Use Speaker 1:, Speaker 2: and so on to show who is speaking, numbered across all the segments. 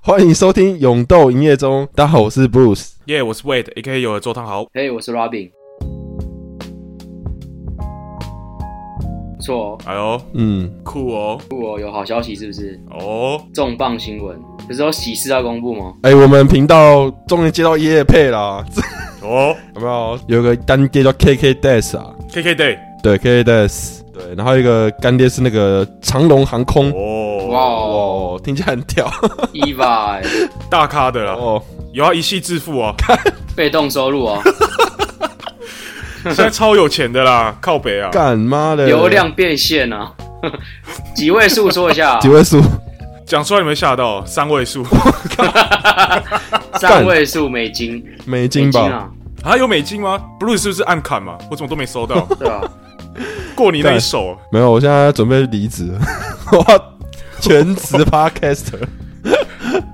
Speaker 1: 欢迎收听《勇斗营业中》，大家好，我是 Bruce。
Speaker 2: 耶、我是 Wade，也可以有的周汤豪。
Speaker 3: 嘿、我是 Robin。不错哦，
Speaker 2: 哎呦，
Speaker 1: 嗯，
Speaker 2: 酷哦，
Speaker 3: 酷哦，有好消息是不是？
Speaker 2: 哦，
Speaker 3: 重磅新闻，这时候喜事要公布吗？
Speaker 1: 哎、我们频道终于接到业配啦，
Speaker 2: 哦
Speaker 1: 有没有？有一个干爹叫 KK Dash 啊，
Speaker 2: ，KK Day，
Speaker 1: 对，KK Dash，对，然后一个干爹是那个长龙航空，
Speaker 3: 哇
Speaker 2: 哦，
Speaker 3: 哦
Speaker 1: 哦，听起来很屌
Speaker 3: ，EVA 欸
Speaker 2: 大咖的啦，
Speaker 1: 哦，
Speaker 2: 有要一夕致富啊，
Speaker 3: 被动收入哦，
Speaker 2: 现在超有钱的啦，靠北啊，
Speaker 1: 干妈的
Speaker 3: 流量变现啊，几位数说一下啊
Speaker 1: 几，位数，
Speaker 2: 讲出来你们吓到，三位数
Speaker 3: 三位数美金，
Speaker 1: 美金
Speaker 3: 美金
Speaker 1: 吧？
Speaker 3: 啊，，
Speaker 2: 啊，有美金吗？Blue 是不是暗砍嘛？我怎么都没收 到
Speaker 3: 对啊，
Speaker 2: 过你那一手，
Speaker 1: 没有，我现在准备离职了， 我要全职 Podcaster，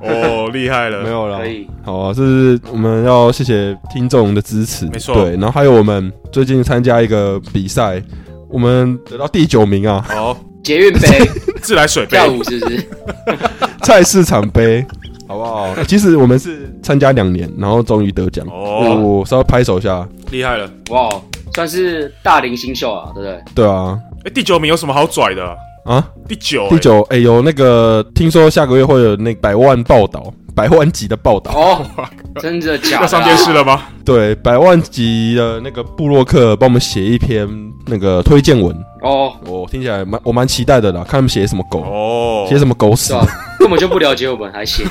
Speaker 2: 哦，厉害
Speaker 1: 没
Speaker 2: 了，
Speaker 1: 有啦
Speaker 3: 可。以，
Speaker 1: 好啊，这是我们要谢谢听众的支持，
Speaker 2: 没错
Speaker 1: 对，然后还有我们最近参加一个比赛，我们得到第九名啊，
Speaker 2: 好，
Speaker 3: 捷运 杯
Speaker 2: 自来水杯
Speaker 3: 跳，舞是不是？
Speaker 1: 菜市场杯，好不好？其实我们是参加两年，然后终于得奖，
Speaker 2: 哦
Speaker 1: 我稍微拍手一下，
Speaker 2: 厉害了。
Speaker 3: 哇哦，算是大龄新秀啊，对不对？
Speaker 1: 对啊，
Speaker 2: 哎，第九名有什么好拽的啊？
Speaker 1: 啊，
Speaker 2: 第九，哎
Speaker 1: 第，九，哎、有那个听说下个月会有那百万报道，百万级的报道，
Speaker 3: 哦，真的假的啊？
Speaker 2: 要上电视了吗？
Speaker 1: 对，百万级的那个布洛克帮我们写一篇那个推荐文，
Speaker 3: 哦，
Speaker 1: 我听起来蛮我蛮期待的啦，看他们写什么狗，
Speaker 2: 哦，
Speaker 1: 写、什么狗屎
Speaker 3: 是。吧？啊根本就不了解我们，还行。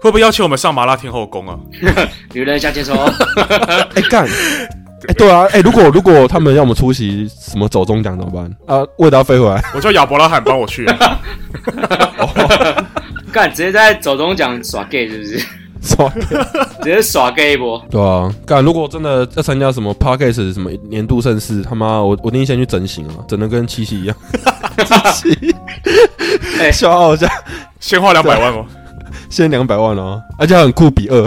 Speaker 2: 会不会邀请我们上麻辣天后宫啊？
Speaker 3: 女人向前冲，
Speaker 1: 哎干！哎，对啊，哎，如果如果他们让我们出席什么走中奖怎么办？啊，味道飞回 来，
Speaker 2: 我叫亚伯拉罕帮我去，啊
Speaker 3: 干直接在走中奖耍 gay 是 不是？
Speaker 1: 是吧？
Speaker 3: 直接耍 gay 一波，
Speaker 1: 对啊，干！如果真的要参加什么 podcast 什么年度盛事，他妈我我一定先去整形啊，整的跟七夕一样。七夕，
Speaker 3: 哎
Speaker 1: 笑傲一下，
Speaker 2: 先花两百万吗？
Speaker 1: 先两百万哦，而且还很酷比二。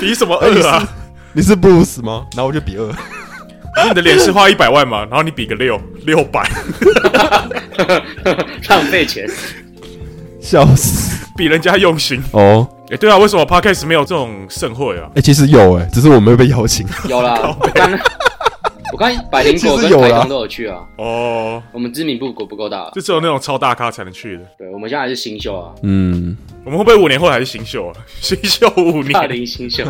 Speaker 2: 比什么二啊？
Speaker 1: 你是 Bruce 吗？然后我就比二，
Speaker 2: 不是你的脸是花一百万嘛，然后你比个六六百，
Speaker 3: 浪费钱。
Speaker 1: 笑死！
Speaker 2: 比人家用心。
Speaker 1: 哦，
Speaker 2: 哎、对啊，为什么 podcast 没有这种盛会啊？
Speaker 1: 哎，其实有哎，只是我没有被邀请。
Speaker 3: 有啦，我刚我刚百灵果
Speaker 1: 其实
Speaker 3: 跟
Speaker 1: 有啦
Speaker 3: 台东都有去啊。
Speaker 2: 哦，
Speaker 3: 我们知名度够不够大？啊
Speaker 2: 就只有那种超大咖才能去的。
Speaker 3: 对，我们现在还是新秀 啊，
Speaker 1: 嗯，
Speaker 2: 我们会不会五年后还是新秀啊？ 新秀五
Speaker 3: 大
Speaker 2: 年
Speaker 3: 龄新秀。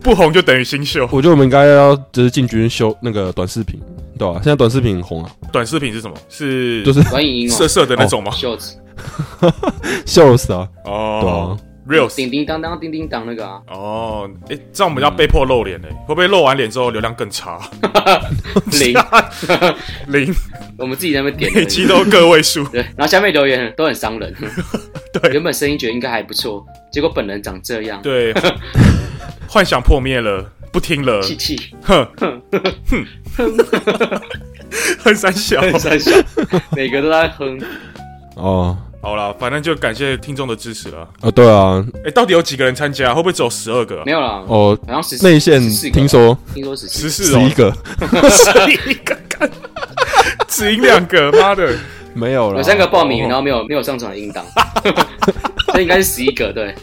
Speaker 2: 不红就等于新秀。
Speaker 1: 我觉得我们应该要就是进军修那个短视频，对吧、现在短视频很红啊，
Speaker 2: 短视频是什么？是
Speaker 1: 就是
Speaker 3: 短影音
Speaker 2: 色
Speaker 3: 哦，
Speaker 2: 色的那种吗？
Speaker 3: 袖子，
Speaker 1: 笑死啊！对
Speaker 2: 哦
Speaker 1: 啊
Speaker 3: 叮
Speaker 2: ，reels。
Speaker 3: 叮当当，叮叮当那 个啊，
Speaker 2: 哦，哎、这样我们要被迫露脸嘞、会不会露完脸之后流量更差？
Speaker 3: 零，
Speaker 1: 啊
Speaker 2: 零，
Speaker 3: 我们自己在那边点而
Speaker 2: 每
Speaker 3: 已。
Speaker 2: 期都个位数。
Speaker 3: 对，然后下面留言都很伤 人。
Speaker 2: 对
Speaker 3: 原本声音觉得应该还不错，结果本人长这样，
Speaker 2: 对，幻想破灭了，不听了，
Speaker 3: 气气
Speaker 2: 哼哼哼，很三小。
Speaker 3: 很 三小，每个都在哼。
Speaker 1: 哦
Speaker 2: 好啦，反正就感谢听众的支持了。
Speaker 1: 啊，对啊，
Speaker 2: 哎、到底有几个人参加？会不会只有十二个、啊
Speaker 3: 没？有啦，好
Speaker 1: 哦，
Speaker 3: 像十
Speaker 1: 内线
Speaker 3: 14个吧
Speaker 1: 听说
Speaker 3: 听说十四
Speaker 2: 十四
Speaker 1: 十
Speaker 2: 哦，
Speaker 1: 一个
Speaker 2: 十一个，干只赢两个，妈的！
Speaker 1: 没有了，
Speaker 3: 有三个报名，
Speaker 2: 哦
Speaker 3: 然后没有没有上传的应当， 所以应该是十一个。对，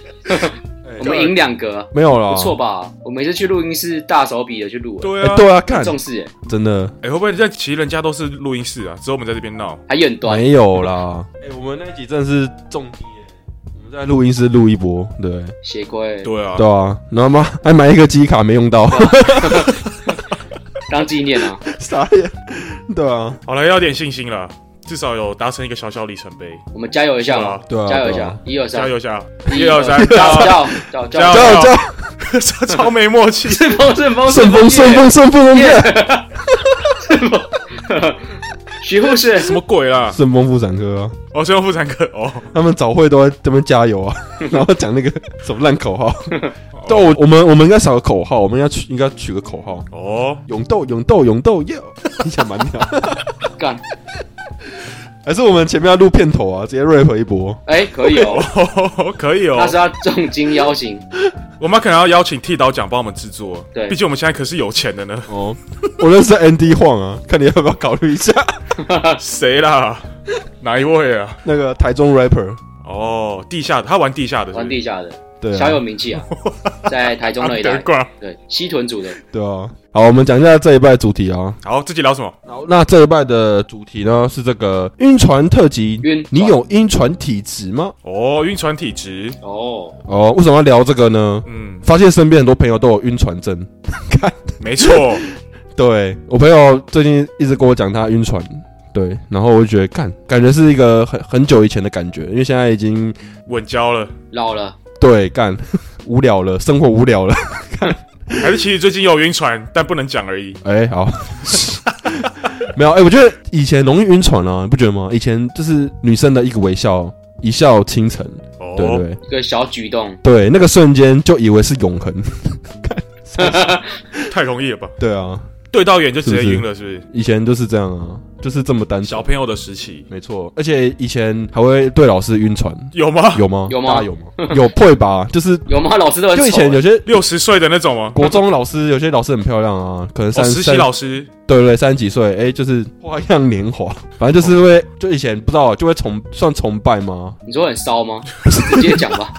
Speaker 3: 我们赢两个，
Speaker 1: 没有了，
Speaker 3: 不错吧？我每次去录音室大手笔的去录，
Speaker 2: 对
Speaker 1: 哎、
Speaker 2: 啊，哎、
Speaker 1: 对啊，看
Speaker 3: 很重视哎，
Speaker 1: 真的
Speaker 2: 会不会在其实人家都是录音室啊，只有我们在这边闹？
Speaker 3: 还远端。
Speaker 1: 没有啦。哎、我们那一集真的是重低我们在录音室录一波，对
Speaker 3: 血亏
Speaker 2: 对啊，
Speaker 1: 对啊，然后妈还买一个机卡没用到，
Speaker 3: 啊当纪念啊，
Speaker 1: 傻眼，对啊，
Speaker 2: 好了，要点信心了，至少有达成一个小小里程碑。
Speaker 3: 我们加油一下嘛，
Speaker 1: 对啊
Speaker 3: 加油一
Speaker 1: 对
Speaker 3: 下
Speaker 1: 啊，
Speaker 3: 一二
Speaker 2: 加
Speaker 3: 三
Speaker 2: 油，一下，一二 三，
Speaker 3: 加
Speaker 2: 加
Speaker 3: 油加油加
Speaker 2: 加
Speaker 3: 油！
Speaker 1: 加油加油，
Speaker 2: 油！超没默契，
Speaker 3: 顺风顺风
Speaker 1: 顺风顺风顺风顺风，
Speaker 3: 顺风，徐护士
Speaker 2: 什么鬼啦？
Speaker 1: 顺风妇产科啊，
Speaker 2: 哦，先用妇产科哦，
Speaker 1: 他们早会都在这边加油啊， 然后讲那个什么烂口 号，对，啊我我们我们应该少个口号，我们要取应该取个口号，
Speaker 2: 哦，
Speaker 1: 勇斗勇斗勇斗耶，你想蛮屌，
Speaker 3: 干，
Speaker 1: 还是我们前面要录片头啊，直接 rap 一波。
Speaker 3: 哎，可以哦，
Speaker 2: 哦，可以
Speaker 3: 那
Speaker 2: 哦
Speaker 3: 是。啊要重金邀请，
Speaker 2: 我们可能要邀请剃刀奖帮我们制作，
Speaker 3: 对
Speaker 2: 毕竟我们现在可是有钱的呢。
Speaker 1: 哦，我认识 ND 晃啊，看你要不要考虑一下
Speaker 3: 啊
Speaker 2: 谁啦？哪一位啊？
Speaker 1: 那个台中 rapper。
Speaker 2: 哦，地下的，他玩地下的是不是，啊
Speaker 3: 玩地下的，
Speaker 1: 对
Speaker 3: 小有
Speaker 1: 啊，
Speaker 3: 名气啊，在台中那一
Speaker 2: 德
Speaker 3: 带，
Speaker 2: 冠。
Speaker 3: 对，西屯组的，
Speaker 1: 对啊。好，我们讲一下这一拜的主题啊。
Speaker 2: 好，自己聊什么？
Speaker 1: 好，那这一拜的主题呢是这个晕船特辑。
Speaker 3: 晕船
Speaker 1: 你有晕船体质吗？
Speaker 2: 哦，晕船体质。
Speaker 3: 哦，
Speaker 1: 哦，为什么要聊这个呢？
Speaker 2: 嗯，
Speaker 1: 发现身边很多朋友都有晕船症。
Speaker 2: 没错。
Speaker 1: 对我朋友最近一直跟我讲他晕船，对，然后我就觉得干，感觉是一个很很久以前的感觉，因为现在已经
Speaker 2: 稳交了，
Speaker 3: 老了，
Speaker 1: 对干 无聊了，生活无聊了。
Speaker 2: 还是其实最近有晕船，但不能讲而已。
Speaker 1: 哎、好， 没有哎、我觉得以前容易晕船啊，你不觉得吗？以前就是女生的一个微笑，一笑倾城，
Speaker 2: 哦，
Speaker 1: 对对
Speaker 3: 一个小举动，
Speaker 1: 对，那个瞬间就以为是永恒。
Speaker 2: 太容易了吧？
Speaker 1: 对啊，
Speaker 2: 对到眼就直接
Speaker 1: 是不是
Speaker 2: 晕了，是不是？
Speaker 1: 以前就是这样啊，就是这么单纯。
Speaker 2: 小朋友的时期
Speaker 1: 没错，而且以前还会对老师晕船，
Speaker 2: 有吗？欸
Speaker 1: 有吗？
Speaker 3: 有吗
Speaker 1: 大家有吗？有会吧， 就是
Speaker 3: 有吗？老师都很
Speaker 1: 就以
Speaker 3: 丑啊
Speaker 1: 前有些
Speaker 2: 六十岁的那种吗？
Speaker 1: 国中老师有些老师很漂亮啊，可能
Speaker 2: 哦，
Speaker 1: 三
Speaker 2: 实习
Speaker 1: 三
Speaker 2: 老师
Speaker 1: 对对对三十几岁，哎，就是花样年华，反正就是会就以前不知道就会崇算崇拜吗？
Speaker 3: 你说很 骚吗？直接讲吧，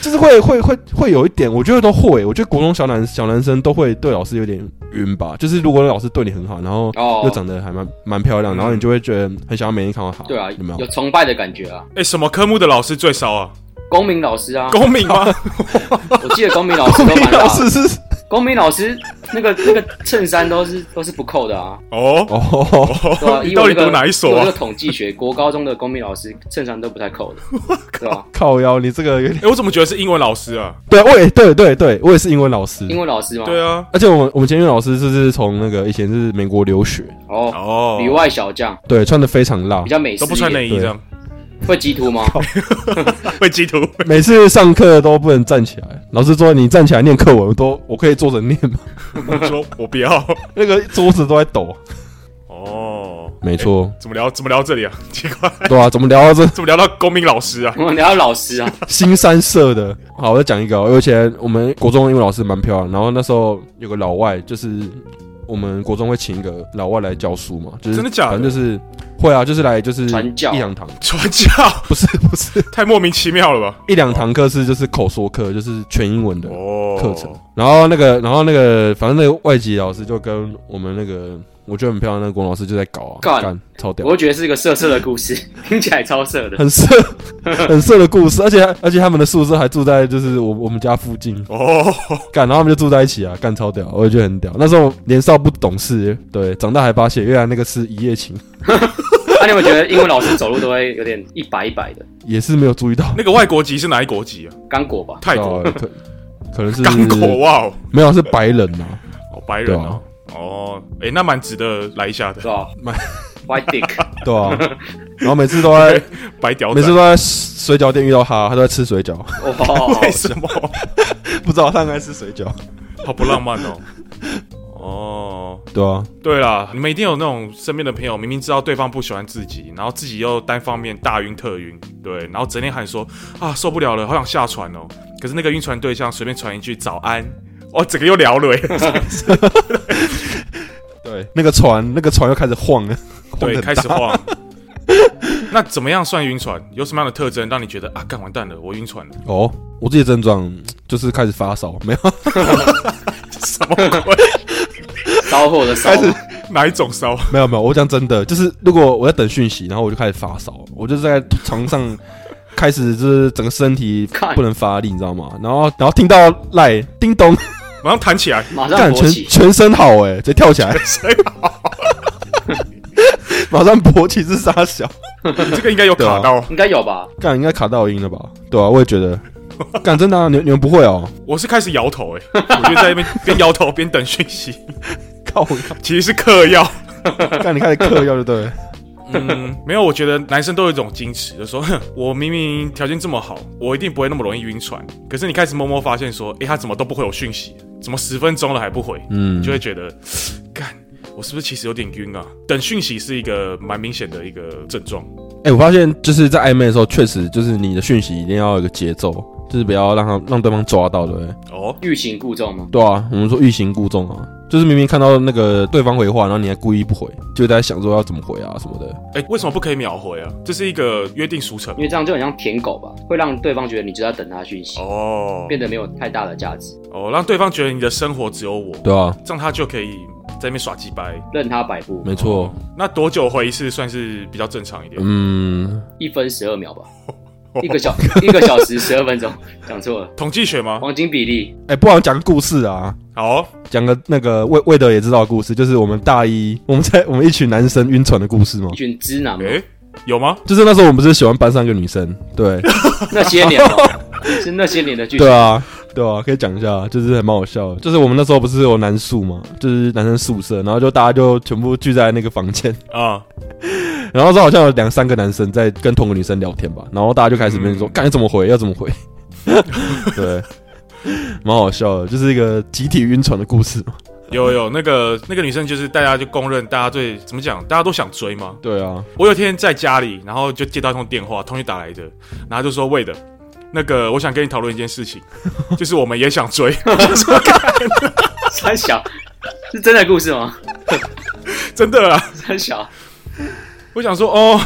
Speaker 1: 就是会会会会有一点，我觉得都会，我觉得国中小男小男生都会对老师有点晕吧，就是如果老师对你很好，然后
Speaker 3: 哦
Speaker 1: 又长得还蛮蛮漂亮，然后你就会觉得很想要每天看到他，
Speaker 3: 对啊，
Speaker 1: 有没
Speaker 3: 有
Speaker 1: 有？
Speaker 3: 崇拜的感觉啊，
Speaker 2: 哎、什么科目的老师最少啊？
Speaker 3: 公民老师啊，
Speaker 2: 公民吗？
Speaker 3: 我记得公民老 师都
Speaker 1: 你
Speaker 3: 蛮
Speaker 1: 老
Speaker 3: 大，
Speaker 1: 师是
Speaker 3: 公民老师那个那个衬衫都是都是不扣的啊，
Speaker 2: 哦，
Speaker 1: 哦，
Speaker 3: 对啊，
Speaker 2: 你
Speaker 3: 以
Speaker 2: 到
Speaker 3: 我
Speaker 2: 底
Speaker 3: 这个
Speaker 2: 读哪一所
Speaker 3: 我
Speaker 2: 啊
Speaker 3: 这个？统计学，国高中的公民老师衬衫都不 太扣的，对啊吧？
Speaker 1: 靠腰，你这个有点
Speaker 2: 哎、我怎么觉得是英文老师啊？
Speaker 1: 对，我也对对对，我也是英文老师，
Speaker 3: 英文老
Speaker 1: 哦
Speaker 3: 师嘛，
Speaker 2: 对啊，
Speaker 1: 而且我们我们监狱老师就是从那个以前是美国留学，
Speaker 3: 哦，
Speaker 2: 哦，
Speaker 3: 里外小将
Speaker 1: 对，穿的非常辣
Speaker 3: 比，较美
Speaker 2: 都
Speaker 3: 式一点，
Speaker 2: 不穿内衣这样，
Speaker 3: 会截图吗？
Speaker 2: 会截图。
Speaker 1: 每次上课都不能站起来，老师说你站起来念课文，我都我可以坐着念 吗？
Speaker 2: 我说我不要。
Speaker 1: 那个桌子都在抖。
Speaker 2: 哦，
Speaker 1: 没错，
Speaker 2: 怎么聊？怎么聊这里啊？奇怪，
Speaker 1: 对啊，怎么聊到这
Speaker 2: 怎么聊到公民老师啊？
Speaker 3: 我们聊老师啊，
Speaker 1: 新三社的？好，我再讲一个哦，而且我们国中英文老师蛮漂亮，然后那时候有个老外，就是我们国中会请一个老外来教书嘛，就是
Speaker 2: 真的假的
Speaker 1: 反正就是会啊，就是来就是
Speaker 3: 传教
Speaker 1: 一两堂，
Speaker 2: 传教
Speaker 1: 不是不是
Speaker 2: 太莫名其妙了吧？
Speaker 1: 一两堂课是就是口说课，就是全英文的。
Speaker 2: 哦，
Speaker 1: 课程。然后那个，然后那个，反正那个外籍老师就跟我们那个，我觉得很漂亮那个国文老师就在搞啊，
Speaker 3: 干
Speaker 1: 干超屌
Speaker 3: 我，会觉得是一个色色的故事，听起来 超色的，
Speaker 1: 很色，很色的 故事，而且而且他们的宿舍还住在就是我我们家附近，
Speaker 2: 哦，
Speaker 1: 干，然后他们就住在一起啊，干超屌，我也觉得很屌。那时候年少不懂事，对，长大还发现原来那个是一夜情，
Speaker 3: 那啊你有没有觉得英文老师走路都会有点一摆一摆的？
Speaker 1: 也是没有注意到，
Speaker 2: 那个外国籍是哪一国籍啊？
Speaker 3: 刚果吧，
Speaker 2: 泰国、
Speaker 1: 对啊可可能是
Speaker 2: 刚
Speaker 3: 啊
Speaker 2: 果哇哦，
Speaker 1: 没有是白人啊呐、
Speaker 2: 哦白人
Speaker 1: 啊
Speaker 2: 哦。哦，哎、那蛮值得来一下
Speaker 3: 是
Speaker 2: 的，
Speaker 3: 吧
Speaker 1: 蛮
Speaker 3: ？White Dick，
Speaker 1: 对啊，然后每次都 在
Speaker 2: 白屌仔
Speaker 1: 每次。都在水饺店遇到他，他都在吃水饺，
Speaker 3: 哦，
Speaker 2: 为什么？
Speaker 1: 不知道他应该吃水饺，
Speaker 2: 好不浪漫哦。哦，
Speaker 1: 对啊，
Speaker 2: 对啦，你们一定有那种身边的朋友，明明知道对方不喜欢自己，然后自己又单方面大晕特晕，对，然后整天喊说啊受不了了，好想下船哦。可是那个晕船对象随便传一句早安，哦，整个又聊了欸，
Speaker 1: 对，那个船，那个船又开始晃了，晃得
Speaker 2: 对，
Speaker 1: 很
Speaker 2: 开
Speaker 1: 大
Speaker 2: 始晃。那怎么样算晕船？有什么样的特征让你觉得啊，干完蛋了，我晕船了？
Speaker 1: 哦。我自己的症状就是开始发烧， 没有
Speaker 2: 什么鬼？
Speaker 3: 烧火的烧啊
Speaker 1: 开始
Speaker 3: 嘛，
Speaker 2: 哪一种烧？
Speaker 1: 没有没有，我讲真的，就是如果我在等讯息，然后我就开始发烧，我就在床上开始就是整个身体
Speaker 3: 看
Speaker 1: 不能发力，你知道吗？然后然后听到赖叮咚，
Speaker 2: 马上弹起来，
Speaker 3: 马上
Speaker 1: 干
Speaker 3: 勃
Speaker 1: 全
Speaker 3: 起，
Speaker 1: 全身好哎、直接跳起来， 马上勃起是傻小，
Speaker 2: 你这个应该有卡到。
Speaker 3: 应该有吧？
Speaker 1: 干应该卡到音了吧？对啊，我也觉得，干真的、啊，你你们不会 哦，
Speaker 2: 我是开始摇头、欸，哎，我就在那边边摇头边等讯息，
Speaker 1: 靠，
Speaker 2: 其实是嗑药。
Speaker 1: 干你开始嗑药就对了，
Speaker 2: 嗯， 没有，我觉得男生都有一种矜持，就说哼我明明条件这么好，我一定不会那么容易晕船。可是你开始默默发现说，诶，他怎么都不回我讯息，怎么十分钟了还不回，
Speaker 1: 嗯
Speaker 2: 你就会觉得，干，我是不是其实有点晕啊？等讯息是一个蛮明显的一个症状。
Speaker 1: 哎、我发现就是在暧昧的时候，确实就是你的讯息一定要有个节奏，就是不要让他让对方抓到，对不对？
Speaker 2: 哦，
Speaker 3: 欲擒故纵吗？
Speaker 1: 对啊，我们说欲擒故纵啊，就是明明看到那个对方回话，然后你还故意不回，就在想说要怎么回啊什么的。
Speaker 2: 哎、为什么不可以秒回啊？这是一个约定俗成
Speaker 3: 因为这样就很像舔狗吧，会让对方觉得你就在等他讯息，
Speaker 2: 哦
Speaker 3: 变得没有太大的价值，
Speaker 2: 哦，让对方觉得你的生活只有我，
Speaker 1: 对啊，
Speaker 2: 这样他就可以在那边耍鸡掰。
Speaker 3: 任他摆布。
Speaker 1: 没错，
Speaker 2: 那多久回一次算是比较正常一点？
Speaker 1: 嗯，
Speaker 3: 一分十二秒 吧，一个小一个小时十二分钟， 讲错了，
Speaker 2: 统计学吗？
Speaker 3: 黄金比例。
Speaker 1: 哎、不然讲个故事啊，
Speaker 2: 好、哦，
Speaker 1: 讲个那个魏魏德也知道的故事，就是我们大一我们在我们一群男生晕船的故事嘛
Speaker 3: 一。群直男
Speaker 2: 哎、
Speaker 3: 吗？
Speaker 2: 有吗？
Speaker 1: 就是那时候我们不是喜欢班上一个女生，对
Speaker 3: 那些年吗？ 是那些年的剧情
Speaker 1: 对。啊。对啊，可以讲一下，就是还蛮好笑的。就是我们那时候不是有男宿嘛，就是男生宿舍，然后就大家就全部聚在那个房间，
Speaker 2: 啊、
Speaker 1: 然后这好像有两三个男生在跟同个女生聊天吧，然后大家就开始边说，
Speaker 2: 嗯
Speaker 1: 干、你怎么回，要怎么回， 对，蛮好笑的，就是一个集体晕船的故事嘛。
Speaker 2: 有有那个那个女生就是大家就公认，大家最怎么讲，大家都想追吗？
Speaker 1: 对啊，
Speaker 2: 我有一天在家里，然后就接到一通电话，同学打来的，然后就说喂的，那个我想跟你讨论一件事情，就是我们也想追，
Speaker 3: 三小是真的故事吗？
Speaker 2: 真的啦。
Speaker 3: 三小
Speaker 2: 我想说哦，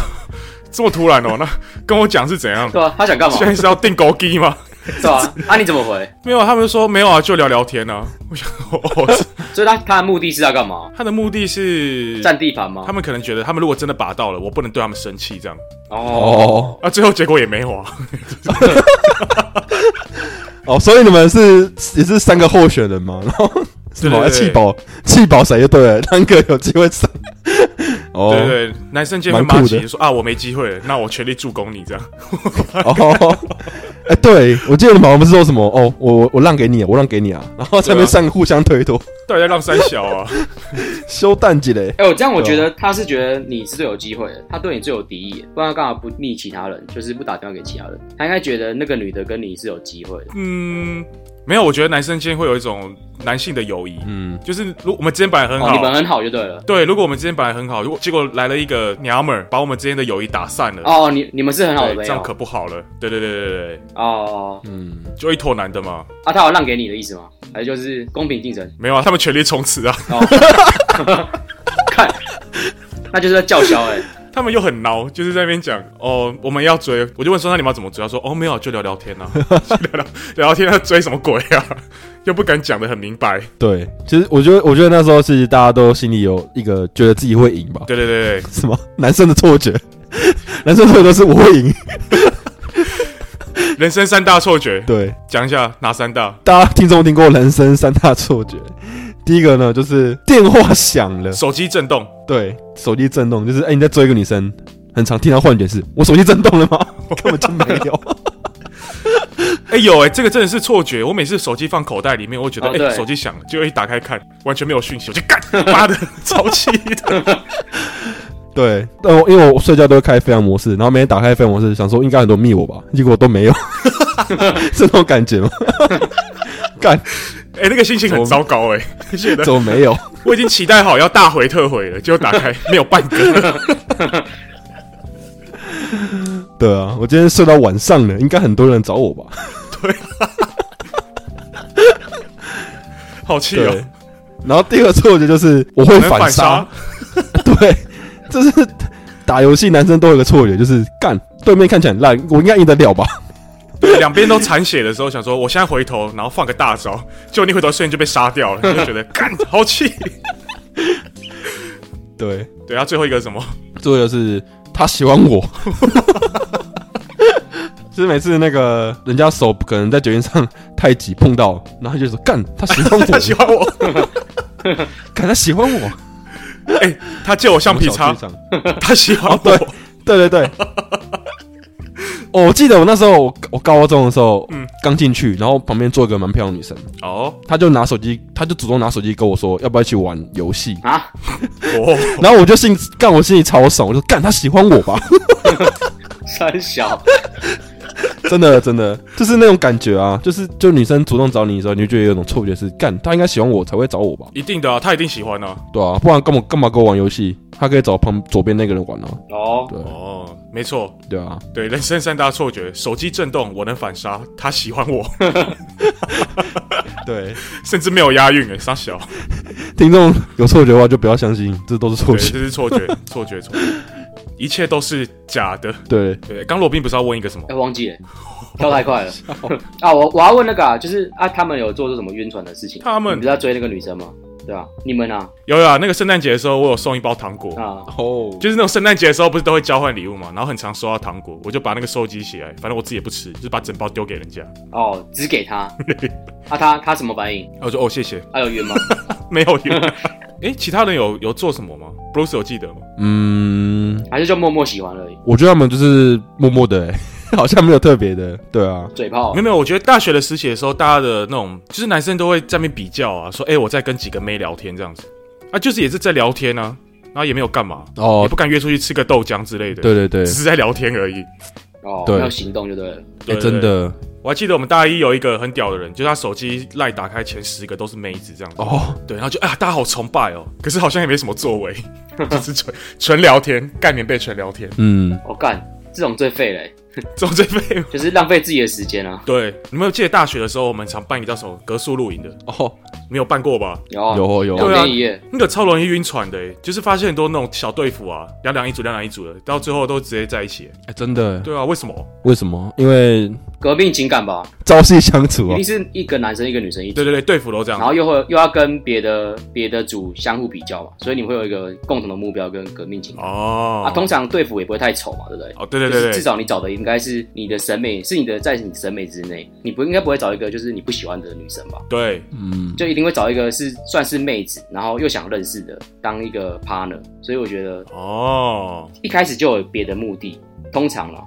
Speaker 2: 这么突然哦，那跟我讲是怎样？
Speaker 3: 对吧、他 想干嘛？
Speaker 2: 现在是要定狗机吗？
Speaker 3: 对吧、啊？你怎么回？
Speaker 2: 没有，他们就说没有啊，就聊聊天啊。我想哦，是
Speaker 3: 所以他他的目的是要干嘛？
Speaker 2: 他的目的是，
Speaker 3: 占地盘吗
Speaker 2: 他？们可能觉得他们如果真的把到了，我不能对他们生气这样。
Speaker 1: 哦
Speaker 2: 啊，最后结果也没有啊。
Speaker 1: 哦，所以你们是也是三个候选人嘛，然后是
Speaker 2: 对
Speaker 1: 吗？
Speaker 2: 对对
Speaker 1: 气保气保谁就对了，单个有机会上。哦
Speaker 2: 对对对，男生见面
Speaker 1: 蛮
Speaker 2: 骂
Speaker 1: 酷
Speaker 2: 起
Speaker 1: 的
Speaker 2: 说啊，我没机会了，那我全力助攻你这样。
Speaker 1: 哦，哎、对我记得你们好像不是说什么哦，我我我让给你，我让给你啊，然后在那边上互相推脱，
Speaker 2: 到底在让三小啊？
Speaker 1: 修蛋鸡嘞。
Speaker 3: 哎、我这样我
Speaker 1: 对
Speaker 3: 觉
Speaker 1: 啊
Speaker 3: 得他是觉得你是最有机会的，他对你最有敌意，不然他干嘛不密其他人，就是不打电话给其他人？他应该觉得那个女的跟你是有机会的，
Speaker 2: 嗯，没有，我觉得男生间会有一种男性的友谊，
Speaker 1: 嗯，
Speaker 2: 就是如我们之间本来很
Speaker 3: 哦，
Speaker 2: 好
Speaker 3: 你，们很好就对了。
Speaker 2: 对，如果我们之间本来很好，如果结果来了一个娘们儿，把我们之间的友谊打散了，
Speaker 3: 哦，你你们是很好的
Speaker 2: 对，
Speaker 3: 朋
Speaker 2: 这
Speaker 3: 友
Speaker 2: 样可不好了。对对对对对对，
Speaker 3: 哦
Speaker 1: 嗯，
Speaker 2: 就一坨男的嘛，
Speaker 3: 啊，他有让给你的意思吗？还是就是公平竞争？
Speaker 2: 没有啊，他们全力冲刺啊，
Speaker 3: 哦，看，那就是在叫嚣哎、
Speaker 2: 他们又很孬，就是在那边讲哦，我们要追，我就问说那你们要怎么追？他说哦没有，就聊聊天啊，就聊聊聊聊天，要追什么鬼啊？又不敢讲的很明白，
Speaker 1: 对，其实我觉得，我觉得那时候是大家都心里有一个觉得自己会赢吧，
Speaker 2: 对对对对，
Speaker 1: 什么男生的错觉， 男生错觉都是我会赢，
Speaker 2: 人生三大错觉，
Speaker 1: 对，
Speaker 2: 讲一下哪三大？
Speaker 1: 大家听众听过人生三大错觉，第一个呢就是电话响了，
Speaker 2: 手机震动，
Speaker 1: 对，手机震动，就是哎、你在追一个女生，很常听到幻觉是我手机震动了吗？ 根本就没有，
Speaker 2: 哎、有哎、这个真的是错觉。我每次手机放口袋里面，我会觉得
Speaker 3: 哦
Speaker 2: 哎、
Speaker 3: 对
Speaker 2: 手机响了，结果一打开看，完全没有讯息，我就干 妈的，超气 的。
Speaker 1: 对，但我因为我睡觉都会开飞行模式，然后每天打开飞行模式，想说应该很多人密我吧，结果都 没有，是那种感觉吗？干，
Speaker 2: 哎、那个心情很糟糕哎、觉得
Speaker 1: 怎么没有？
Speaker 2: 我已经期待好要大回特回了，结果打开没有半 个。
Speaker 1: 对啊，我今天睡到晚上了，应该很多人找我吧？
Speaker 2: 好气哦、
Speaker 1: 对。然后第二个错觉就是我会
Speaker 2: 能
Speaker 1: 反杀，，对，这是打游戏男生都有个错觉，就是干对面看起来很烂，我应该赢得了吧？
Speaker 2: 对，两边都残血的时候，想说我现在回头，然后放个大招，结果你回头瞬间就被杀掉了，你就 觉得干好气。
Speaker 1: 对，
Speaker 2: 对，啊他最后一个是什么？
Speaker 1: 最后就是他喜欢 我。就是每次那个人家手可能在酒宴上太急碰到，然后就说干 他喜欢我，
Speaker 2: 他喜欢我，
Speaker 1: 看他喜欢 我，
Speaker 2: 哎、他借我橡皮
Speaker 1: 小
Speaker 2: 擦
Speaker 1: 剧，场
Speaker 2: 他喜欢
Speaker 1: 哦
Speaker 2: 我，
Speaker 1: 对对对 对。哦，我记得我那时候我我高中的时候，
Speaker 2: 嗯
Speaker 1: 刚进去，然后旁边坐一个蛮漂亮的女生，
Speaker 2: 哦，
Speaker 1: 她就拿手机，她就主动拿手机跟我说要不要一起玩游 戏，
Speaker 3: 啊，
Speaker 2: 哦，
Speaker 1: 然后我就心干，我心里超爽，我就干她喜欢我吧，
Speaker 3: 三小
Speaker 1: 真的真的就是那种感觉啊，就是就女生主动找你的时候，你就觉得有种错觉是，干她应该喜欢我才会找我吧？
Speaker 2: 一定的啊，他一定喜欢啊。
Speaker 1: 对啊，不然干嘛干嘛跟我玩游戏？她可以找旁左边那个人玩啊，
Speaker 3: 哦，
Speaker 1: 对
Speaker 2: 哦，没错，
Speaker 1: 对啊，
Speaker 2: 对人生三大错觉：手机震动，我能反杀，他喜欢我，
Speaker 1: 对，
Speaker 2: 甚至没有押韵哎，傻小，
Speaker 1: 听众有错觉的话就不要相信，这都是错
Speaker 2: 对，
Speaker 1: 觉，
Speaker 2: 这是错觉，错觉，错觉，一切都是假的。
Speaker 1: 对，
Speaker 2: 对，刚罗宾不是要问一个 什么
Speaker 3: 哎、？忘记了，跳太 快了啊！我我要问那个啊，就是啊，他们有做出什么晕船的事情？
Speaker 2: 他们
Speaker 3: 你不是要追那个女生吗？对啊，你们啊
Speaker 2: 有啊，那个圣诞节的时候，我有送一包糖果，
Speaker 3: 啊，
Speaker 1: 哦，
Speaker 2: 就是那种圣诞节的时候，不是都会交换礼物嘛，然后很常收到糖果，我就把那个收集起来，反正我自己也不吃，就是把整包丢给人家，
Speaker 3: 哦，只给 他，啊他他什么反应？
Speaker 2: 然后我就哦谢谢，
Speaker 3: 他、有晕吗？
Speaker 2: 没有有。哎、其他人有有做什么吗？Bruce 有记得吗？
Speaker 1: 嗯，
Speaker 3: 还是就默默喜欢而已？
Speaker 1: 我觉得他们就是默默的、欸， 好像没有特别的，对啊，
Speaker 3: 嘴炮
Speaker 2: 没有没有，我觉得大学的实习的时候，大家的那种就是男生都会在那边比较啊，说哎、诶我在跟几个妹聊天这样子，啊就是也是在聊天啊，然后也没有干嘛，也
Speaker 1: 哦
Speaker 2: 不，敢约出去吃个豆浆之类的，
Speaker 1: 对对对，
Speaker 2: 只是在聊天而已。
Speaker 3: 哦，
Speaker 1: 对
Speaker 3: 没有行动就对了。
Speaker 2: 对
Speaker 1: 哎、
Speaker 2: 对
Speaker 1: 真的
Speaker 2: 我还记得我们大一有一个很屌的人，就是他手机赖打开前十个都是妹子这样子，
Speaker 1: 哦，
Speaker 2: 对，然后就啊大家好崇拜哦，可是好像也没什么作为， 就是纯纯聊天，盖棉被纯聊天，
Speaker 1: 嗯，
Speaker 3: 我、哦干，这种最废嘞、
Speaker 2: 这种最废物。
Speaker 3: 就是浪费自己的时间啊。
Speaker 2: 对，你们有记得大学的时候，我们常办一个叫什么格数露营的，
Speaker 1: 哦，
Speaker 2: 没有办过吧？
Speaker 3: 有啊
Speaker 1: 有哦有
Speaker 3: 两
Speaker 1: 哦，
Speaker 2: 对啊
Speaker 3: 天一夜，
Speaker 2: 那个超容易晕船的、欸，就是发现很多那种小队服啊，两两一组，两两一组的，到最后都直接在一起、欸
Speaker 1: 哎、真的、
Speaker 2: 对啊，为什么？
Speaker 1: 为什么？因为
Speaker 3: 革命情感吧，
Speaker 1: 朝夕相处
Speaker 3: 一
Speaker 1: 啊
Speaker 3: 定，是一个男生一个女生一
Speaker 2: 对啊
Speaker 3: 组，
Speaker 2: 对对，队服都这
Speaker 3: 然后
Speaker 2: 样。
Speaker 3: 又会又要跟别的别的组相互比较嘛，所以你会有一个共同的目标跟革命情感。
Speaker 2: 哦，
Speaker 3: 啊，通常队服也不会太丑嘛，对不对？
Speaker 2: 哦，对对
Speaker 3: 就
Speaker 2: 对
Speaker 3: 是至
Speaker 2: 对，
Speaker 3: 少你找的应该是你的审美，是你的在你的审美之内，你不应该不会找一个就是你不喜欢的女生吧？
Speaker 2: 对，
Speaker 1: 嗯，
Speaker 3: 就一定会找一个是算是妹子，然后又想认识的当一个 partner，所以我觉得
Speaker 2: 哦，
Speaker 3: 一开始就有别的目的，通常啦，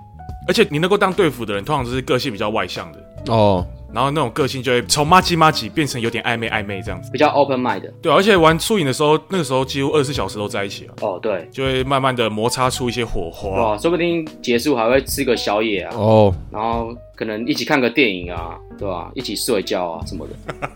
Speaker 2: 而且你能够当队服的人，通常都是个性比较外向的，
Speaker 1: 哦，
Speaker 2: 然后那种个性就会从妈鸡妈鸡变成有点暧昧暧昧这样子。
Speaker 3: 比较 open mind 的。
Speaker 2: 对啊、而且玩输赢的时候，那个时候几乎二十四小时都在一起啊，
Speaker 3: 哦，对，
Speaker 2: 就会慢慢的摩擦出一些火花。
Speaker 3: 啊哇，说不定结束还会吃个宵夜啊，
Speaker 1: 哦，
Speaker 3: 然后可能一起看个电影啊，对吧、一起睡觉啊什么的。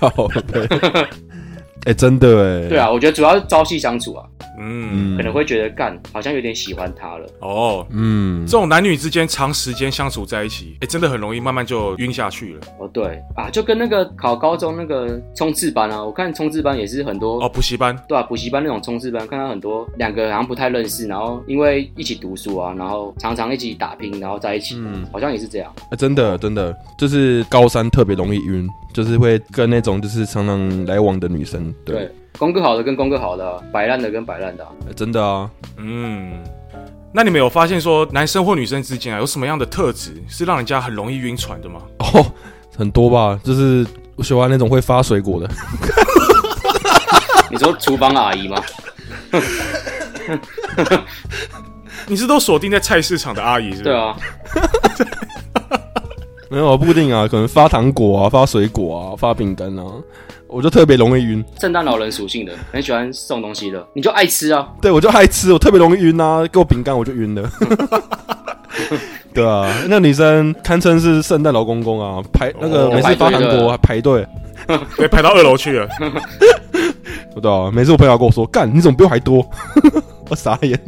Speaker 1: 靠背， 哎、真的哎、
Speaker 3: 对，啊，我觉得主要是朝夕相处啊，
Speaker 2: 嗯，
Speaker 1: 嗯，
Speaker 3: 可能会觉得干好像有点喜欢他了。
Speaker 2: 哦，
Speaker 1: 嗯
Speaker 2: 这，种男女之间长时间相处在一起，哎、真的很容易慢慢就晕下去了。
Speaker 3: 哦，对啊，就跟那个考高中那个冲刺班啊，我看冲刺班也是很多。
Speaker 2: 哦，补习班，
Speaker 3: 对啊，补习班那种冲刺班，看到很多两个好像不太认识，然后因为一起读书啊，然后常常一起打拼，然后在一起，
Speaker 1: 嗯
Speaker 3: 好像也是这样。
Speaker 1: 哎真的真的，就是高三特别容易晕，就是会跟那种就是常常来往的女生，对，
Speaker 3: 对，功课好的跟功课好的啊，摆烂的跟摆烂的啊、
Speaker 1: 哎真的啊，
Speaker 2: 嗯，那你们有发现说男生或女生之间啊，有什么样的特质是让人家很容易晕船的吗？
Speaker 1: 哦，很多吧，就是我喜欢那种会发水果的，
Speaker 3: 你说厨房阿 姨吗？
Speaker 2: 你是都锁定在菜市场的阿姨是不是？
Speaker 3: 对，啊，
Speaker 1: 没有不一定啊，可能发糖果啊，发水果啊，发饼干啊，我就特别容易晕，
Speaker 3: 圣诞老人属性的，很喜欢送东西的，你就爱吃啊。
Speaker 1: 对我就爱吃，我特别容易晕啊，给我饼干我就晕了。 对啊，那女生堪称是圣诞老公公啊，排那个
Speaker 2: 哦
Speaker 1: 每次发糖果还排队，
Speaker 2: 被排到二楼去了。
Speaker 1: 对啊，每次我朋友跟我说，干你怎么比我还多？ 我傻眼，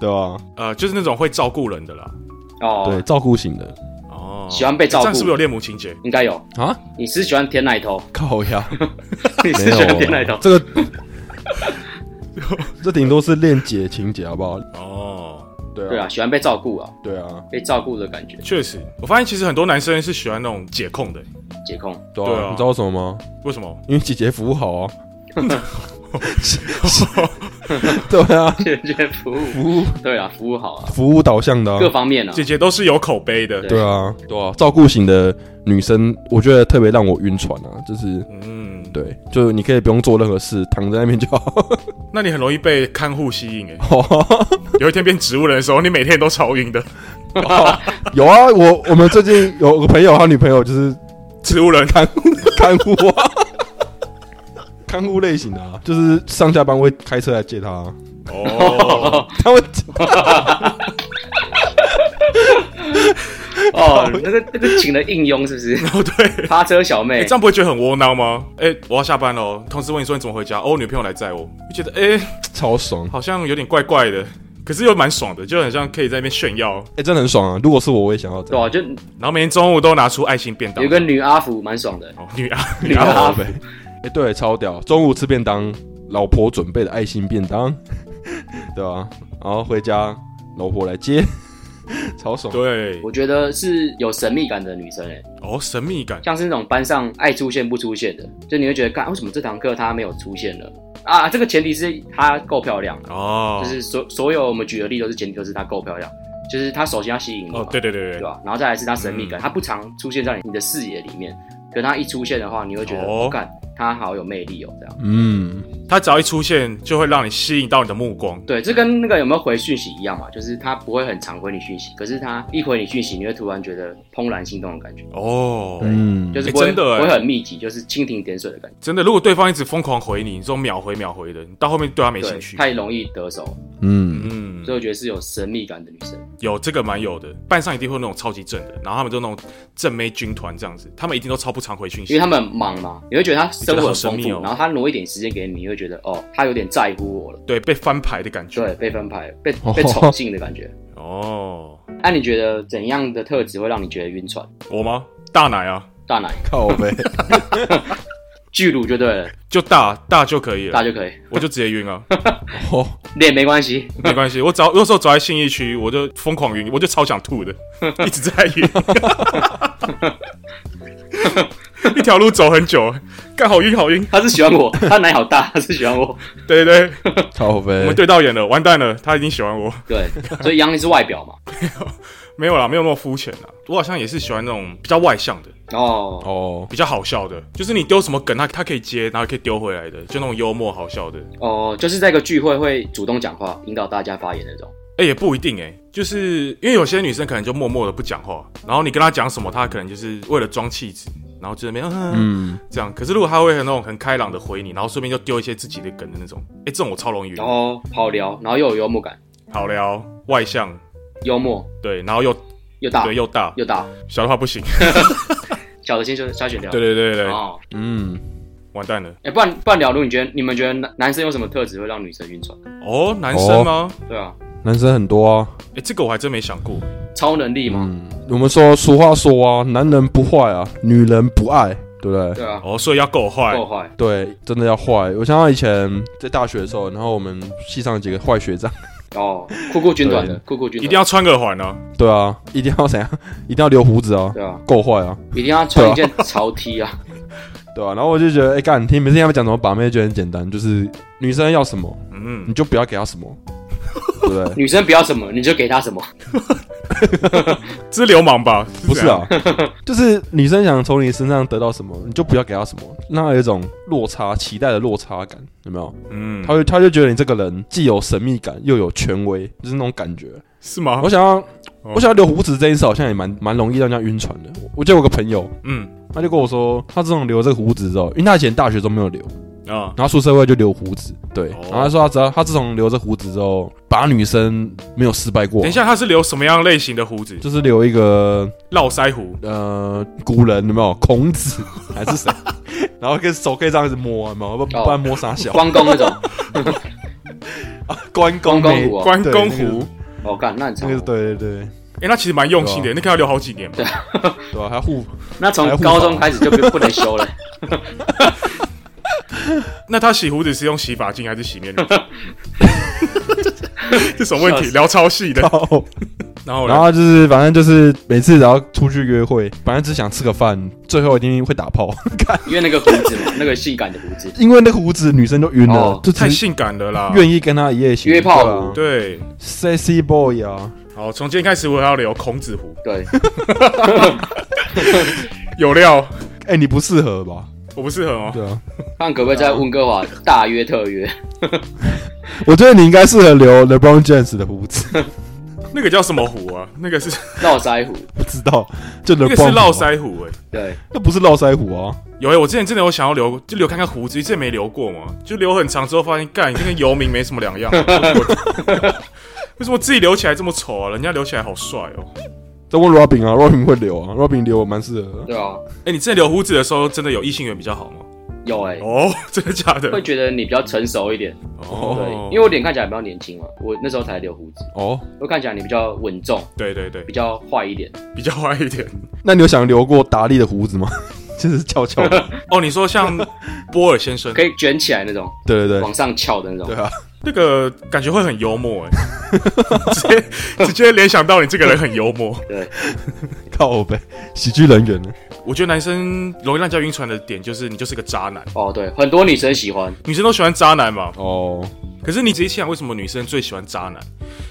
Speaker 1: 对啊，
Speaker 2: 呃，就是那种会照顾人的啦。
Speaker 1: 对
Speaker 3: 哦，
Speaker 1: 照顾型的
Speaker 2: 哦，
Speaker 3: 喜欢被照顾
Speaker 2: 这样是不是有恋母情节？
Speaker 3: 应该有。
Speaker 1: 啊，
Speaker 3: 你是喜欢舔奶头？
Speaker 1: 靠呀，
Speaker 3: 你 是
Speaker 1: 没
Speaker 3: 喜欢舔
Speaker 1: 有啊
Speaker 3: 奶头？
Speaker 1: 这个，这顶多是恋姐情节好不好？
Speaker 2: 哦，
Speaker 1: 对
Speaker 3: 对
Speaker 1: 啊
Speaker 3: 啊，，喜欢被照顾啊，
Speaker 1: 对啊，
Speaker 3: 被照顾的感觉，
Speaker 2: 确实，我发现其实很多男生是喜欢那种解控的、
Speaker 3: 解控。
Speaker 1: 对
Speaker 2: 对啊
Speaker 1: 啊，你知道为什么吗？
Speaker 2: 为什么？
Speaker 1: 因为姐姐服务好啊， 对啊，
Speaker 3: 解决服务，
Speaker 1: 服务
Speaker 3: 对啊，服务好啊，
Speaker 1: 服务导向的啊
Speaker 3: 各方面啊
Speaker 2: 姐，姐都是有口碑的。
Speaker 3: 对
Speaker 1: 对啊，对啊，照顾型的女生，我觉得特别让我晕船啊，就是
Speaker 2: 嗯，
Speaker 1: 对，就是你可以不用做任何事，躺在那边就好。
Speaker 2: 那你很容易被看护吸 引哎、
Speaker 3: 哦
Speaker 2: 有一天变植物人的时候，你每天都超晕的。
Speaker 1: 有啊，我我们最近有个朋友，他女朋友就是
Speaker 2: 植物 人，
Speaker 1: 看看护啊， 看护类型的、啊，就是上下班会开车来接啊他、
Speaker 2: 哦，
Speaker 1: 他会，
Speaker 3: 哦，那个那个请了应佣是不是？
Speaker 2: 哦，对。
Speaker 3: 趴车小妹
Speaker 2: 哎，这，样不会觉得很窝囊吗？哎、我要下班了哦，同事问你说你怎么回家？哦，我女朋友来载我，就觉得哎、
Speaker 1: 超爽，
Speaker 2: 好像有点怪怪的，可是又蛮爽的，就很像可以在那边炫耀。
Speaker 1: 哎、真的很爽啊！如果是我，我也想要这
Speaker 3: 对
Speaker 1: 样。
Speaker 3: 啊，就
Speaker 2: 然后每天中午都拿出爱心便当，
Speaker 3: 有个女阿福蛮爽的，
Speaker 2: 哦女啊，
Speaker 3: 女阿福
Speaker 1: 呗。哎、对，超屌！中午吃便当，老婆准备的爱心便当， 对吧、然后回家，老婆来接， 超爽。
Speaker 2: 对，
Speaker 3: 我觉得是有神秘感的女生诶、欸
Speaker 2: 哦，神秘感，
Speaker 3: 像是那种班上爱出现不出现的，就你会觉得，干为什么这堂课她没有出现了啊？这个前提是她够漂亮，啊
Speaker 2: 哦，
Speaker 3: 就是所所有我们举的例都是前提都是她够漂亮，就是她首先要吸引你嘛
Speaker 2: 哦，对对嗯对
Speaker 3: 对啊
Speaker 2: 对，
Speaker 3: 吧？然后再来是她神秘感，她不常出现在你的视野里面，可她一出现的话，你会觉得，
Speaker 2: 哦
Speaker 3: 哦，干她好有魅力哦，这样。
Speaker 1: 嗯，
Speaker 2: 他只要一出现，就会让你吸引到你的目光。
Speaker 3: 对，这跟那个有没有回讯息一样嘛，就是她不会很常回你讯息，可是她一回你讯息，你会突然觉得怦然心动的感觉，
Speaker 2: 哦，
Speaker 1: 嗯，
Speaker 3: 就是
Speaker 2: 诶
Speaker 3: 不会、
Speaker 2: 真的欸诶
Speaker 3: 不会很密集，就是蜻蜓点水的感觉。
Speaker 2: 真的，如果对方一直疯狂回你，你这种秒回秒回的，你到后面对他没兴
Speaker 3: 对，
Speaker 2: 趣。
Speaker 3: 太容易得手，
Speaker 1: 嗯，
Speaker 2: 嗯
Speaker 3: 所以，我觉得是有神秘感的女生。
Speaker 2: 有这个蛮有的，班上一定会有那种超级正的，然后他们就那种正妹军团这样子，他们一定都超不常回讯
Speaker 3: 因为
Speaker 2: 息。
Speaker 3: 他们忙嘛，你会觉得她生
Speaker 2: 你觉得
Speaker 3: 活很丰
Speaker 2: 好神秘
Speaker 3: 富，
Speaker 2: 哦
Speaker 3: 然后她挪一点时间给你，你会觉得哦，她有点在乎我了，
Speaker 2: 对，被翻牌的感觉。
Speaker 3: 对，被翻牌，被
Speaker 1: 哦
Speaker 3: 被宠幸的感觉。
Speaker 2: 哦，
Speaker 3: 那、你觉得怎样的特质会让你觉得晕船？
Speaker 2: 我吗？大奶啊，
Speaker 3: 大奶
Speaker 1: 靠呗。
Speaker 3: 巨乳就对了，
Speaker 2: 就大大就可以
Speaker 3: 大
Speaker 2: 了，
Speaker 3: 就可以，
Speaker 2: 我就直接晕啊，
Speaker 1: 哦，
Speaker 3: 脸没关系。
Speaker 2: 没关系，我只要有时候走在信义区，我就疯狂晕，我就超想 吐的，一直在晕， 一条路走很久，干好晕好晕，
Speaker 3: 她是喜欢我，她奶好大，她是喜欢我。
Speaker 2: 对对对，
Speaker 1: 靠
Speaker 2: 我
Speaker 1: 呗
Speaker 2: 们。对到眼了，完蛋了，他已经喜欢我，
Speaker 3: 对，所以杨丽是外表嘛。
Speaker 2: 没有啦，没有那么肤浅啦，我好像也是喜欢那种比较外向的，
Speaker 3: 哦，
Speaker 1: 哦，
Speaker 2: 比较好笑的，就是你丢什么梗，他他可以接，然后可以丢回来的，就那种幽默好笑的，
Speaker 3: 哦，就是在一个聚会会主动讲话，引导大家发言那种。
Speaker 2: 哎、也不一定哎、就是因为有些女生可能就默默的不讲话，然后你跟她讲什么，她可能就是为了装气质，然后就在那边嗯、
Speaker 1: 嗯，
Speaker 2: 这样。可是如果她会很那种很开朗的回你，然后顺便就丢一些自己的梗的那种，哎、这种我超容易晕。
Speaker 3: 然后好聊，然后又有幽默感，
Speaker 2: 好聊，外向，
Speaker 3: 幽默
Speaker 2: 对，然后又
Speaker 3: 又大
Speaker 2: 对又大，
Speaker 3: 又大，
Speaker 2: 小的话不行。
Speaker 3: 小的先就筛选掉。
Speaker 2: 对对对对，
Speaker 3: 哦，
Speaker 1: 嗯，
Speaker 2: 完蛋了。
Speaker 3: 哎、不然不然，聊如你觉得你们觉得男男生有什么特质会让女生晕船？
Speaker 2: 哦，男生吗？
Speaker 3: 对啊，
Speaker 1: 男生很多啊。
Speaker 2: 哎、这个我还真没想过。
Speaker 3: 超能力嘛，
Speaker 1: 嗯，我们说俗话说啊，男人不坏啊，女人不爱，对不对？
Speaker 3: 对啊，
Speaker 2: 哦，所以要够坏
Speaker 3: 够。坏，
Speaker 1: 对，真的要坏。我想到以前在大学的时候，然后我们系上几个坏学长，
Speaker 3: 哦，酷酷军团的
Speaker 1: 对，
Speaker 3: 酷酷军
Speaker 2: 一
Speaker 3: 团，
Speaker 2: 定要穿耳环呢、啊，
Speaker 1: 对啊，一定要怎样， 一定要留胡子啊，
Speaker 3: 对啊，
Speaker 1: 够坏啊，
Speaker 3: 一定要穿一件潮 T 啊，
Speaker 1: 对啊。然后我就觉得，哎、干，你听每次听他们讲什么把妹，就很简单，就是女生要什么，
Speaker 2: 嗯，
Speaker 1: 你就不要给她什么，对不对？啊
Speaker 3: 女生不要什么你就给她什么，
Speaker 2: 这是流氓吧？
Speaker 1: 不是
Speaker 2: 这样，
Speaker 1: 啊，就是女生想从你身上得到什么，你就不要给她什么，让她有一种落差，期待的落差感，有没有？
Speaker 2: 嗯
Speaker 1: 她，就她就觉得你这个人既有神秘感，又有权威，就是那种感觉。
Speaker 2: 是吗
Speaker 1: 我？想要，我想要留胡子这件事，好像也蛮蛮容易让人家晕船的。我我记得我有个朋友，
Speaker 2: 嗯
Speaker 1: 他就跟我说，他自从留这个胡子之后，因为他以前大学都没有留，
Speaker 2: 啊，
Speaker 1: 然后出社会就留胡子，对。
Speaker 2: 哦
Speaker 1: 然后他说他只要他自从留这胡子之后，把女生没有失败过
Speaker 2: 等一，下，他是留什么样类型的胡子？
Speaker 1: 就是留一个
Speaker 2: 络腮胡。
Speaker 1: 呃古人有没有孔子还是谁， 然后跟手可以这样子摸，有没有？不不然摸啥
Speaker 2: 啊
Speaker 1: 小？
Speaker 3: 哦关公那种，
Speaker 1: 关
Speaker 3: 关公
Speaker 1: 没
Speaker 3: 虎哦，
Speaker 2: 关公
Speaker 1: 对那
Speaker 2: 胡，
Speaker 3: 哦，干，那很
Speaker 1: 那
Speaker 3: 长
Speaker 1: 个
Speaker 3: 哦
Speaker 1: 是，对对对
Speaker 2: 哎、那其实蛮用心的，
Speaker 1: 对啊
Speaker 2: 那可以要留好几年吧。
Speaker 1: 对啊吧？还护
Speaker 3: 那从高中开始就不不能修了，
Speaker 2: 那他洗胡子是用洗发精还是洗 面乳？这什么问题？聊超细的。
Speaker 1: 到。
Speaker 2: 然后
Speaker 1: 然
Speaker 2: 呢？
Speaker 1: 后就是反正就是每次只要出去约会，反正只想吃个饭，最后一定会打炮，
Speaker 3: 因为那个胡子嘛，那个性感的胡子，
Speaker 1: 因为那个胡子女生都晕了，
Speaker 3: 哦
Speaker 1: 就
Speaker 2: 太
Speaker 1: 只是
Speaker 2: 性感了啦。
Speaker 1: 愿意跟他一夜情，
Speaker 3: 约炮
Speaker 1: 对啊
Speaker 2: 对，
Speaker 1: ，sexy boy 啊，
Speaker 2: 好，从今天开始我要留孔子胡，
Speaker 3: 对，
Speaker 2: 有料，
Speaker 1: 哎、你不适合吧？
Speaker 2: 我不适合哦。
Speaker 1: 对啊，
Speaker 3: 看可不可以在温哥华大约特约，
Speaker 1: 我觉得你应该适合留 LeBron James 的胡子，
Speaker 2: 那个叫什么胡啊？那个是
Speaker 3: 络腮胡，
Speaker 1: 不知道，就
Speaker 2: 那个
Speaker 1: LeBron
Speaker 2: 是络
Speaker 1: 胡啊，
Speaker 2: 腮胡哎、
Speaker 3: 对，
Speaker 1: 那不是络腮胡啊，
Speaker 2: 有哎、我之前真的有想要留，就留看看胡子，之前没留过嘛，就留很长之后发现，干，你跟游民没什么 两样。我为什么自己留起来这么丑啊？人家留起来好帅哦。
Speaker 1: 再问 Robin 啊，Robin 会留啊，Robin 留蛮适合的。
Speaker 3: 对啊，
Speaker 2: 哎，你之前留胡子的时候，真的有异性缘比较好吗？
Speaker 3: 有哎、欸，
Speaker 2: 哦，真的假的
Speaker 3: 会？觉得你比较成熟一点，对，
Speaker 2: 哦，
Speaker 3: 因为我脸看起来比较年轻嘛，我那时候才留胡子，
Speaker 1: 哦，
Speaker 3: 我看起来你比较稳重，
Speaker 2: 对对对
Speaker 3: 比，较坏一点，
Speaker 2: 比较坏一点。
Speaker 1: 那你有想留过达利的胡子吗？ 就是翘翘的，
Speaker 2: 哦，你说像波尔 先生
Speaker 3: 可，以卷起来那种，
Speaker 1: 对对对
Speaker 3: 往，上翘的那种
Speaker 1: 对。啊，
Speaker 2: 那个感觉会很幽默哎， 直接直接联想到你这个人很幽默。
Speaker 3: 对，
Speaker 1: 靠呗，喜剧人员呢？
Speaker 2: 我觉得男生容易让人家晕船的点就是你就是个渣男，
Speaker 3: 哦对，很多女生喜欢，
Speaker 2: 女生都喜欢渣男嘛。
Speaker 1: 哦，
Speaker 2: 可是你仔细想，为什么女生最喜欢渣男？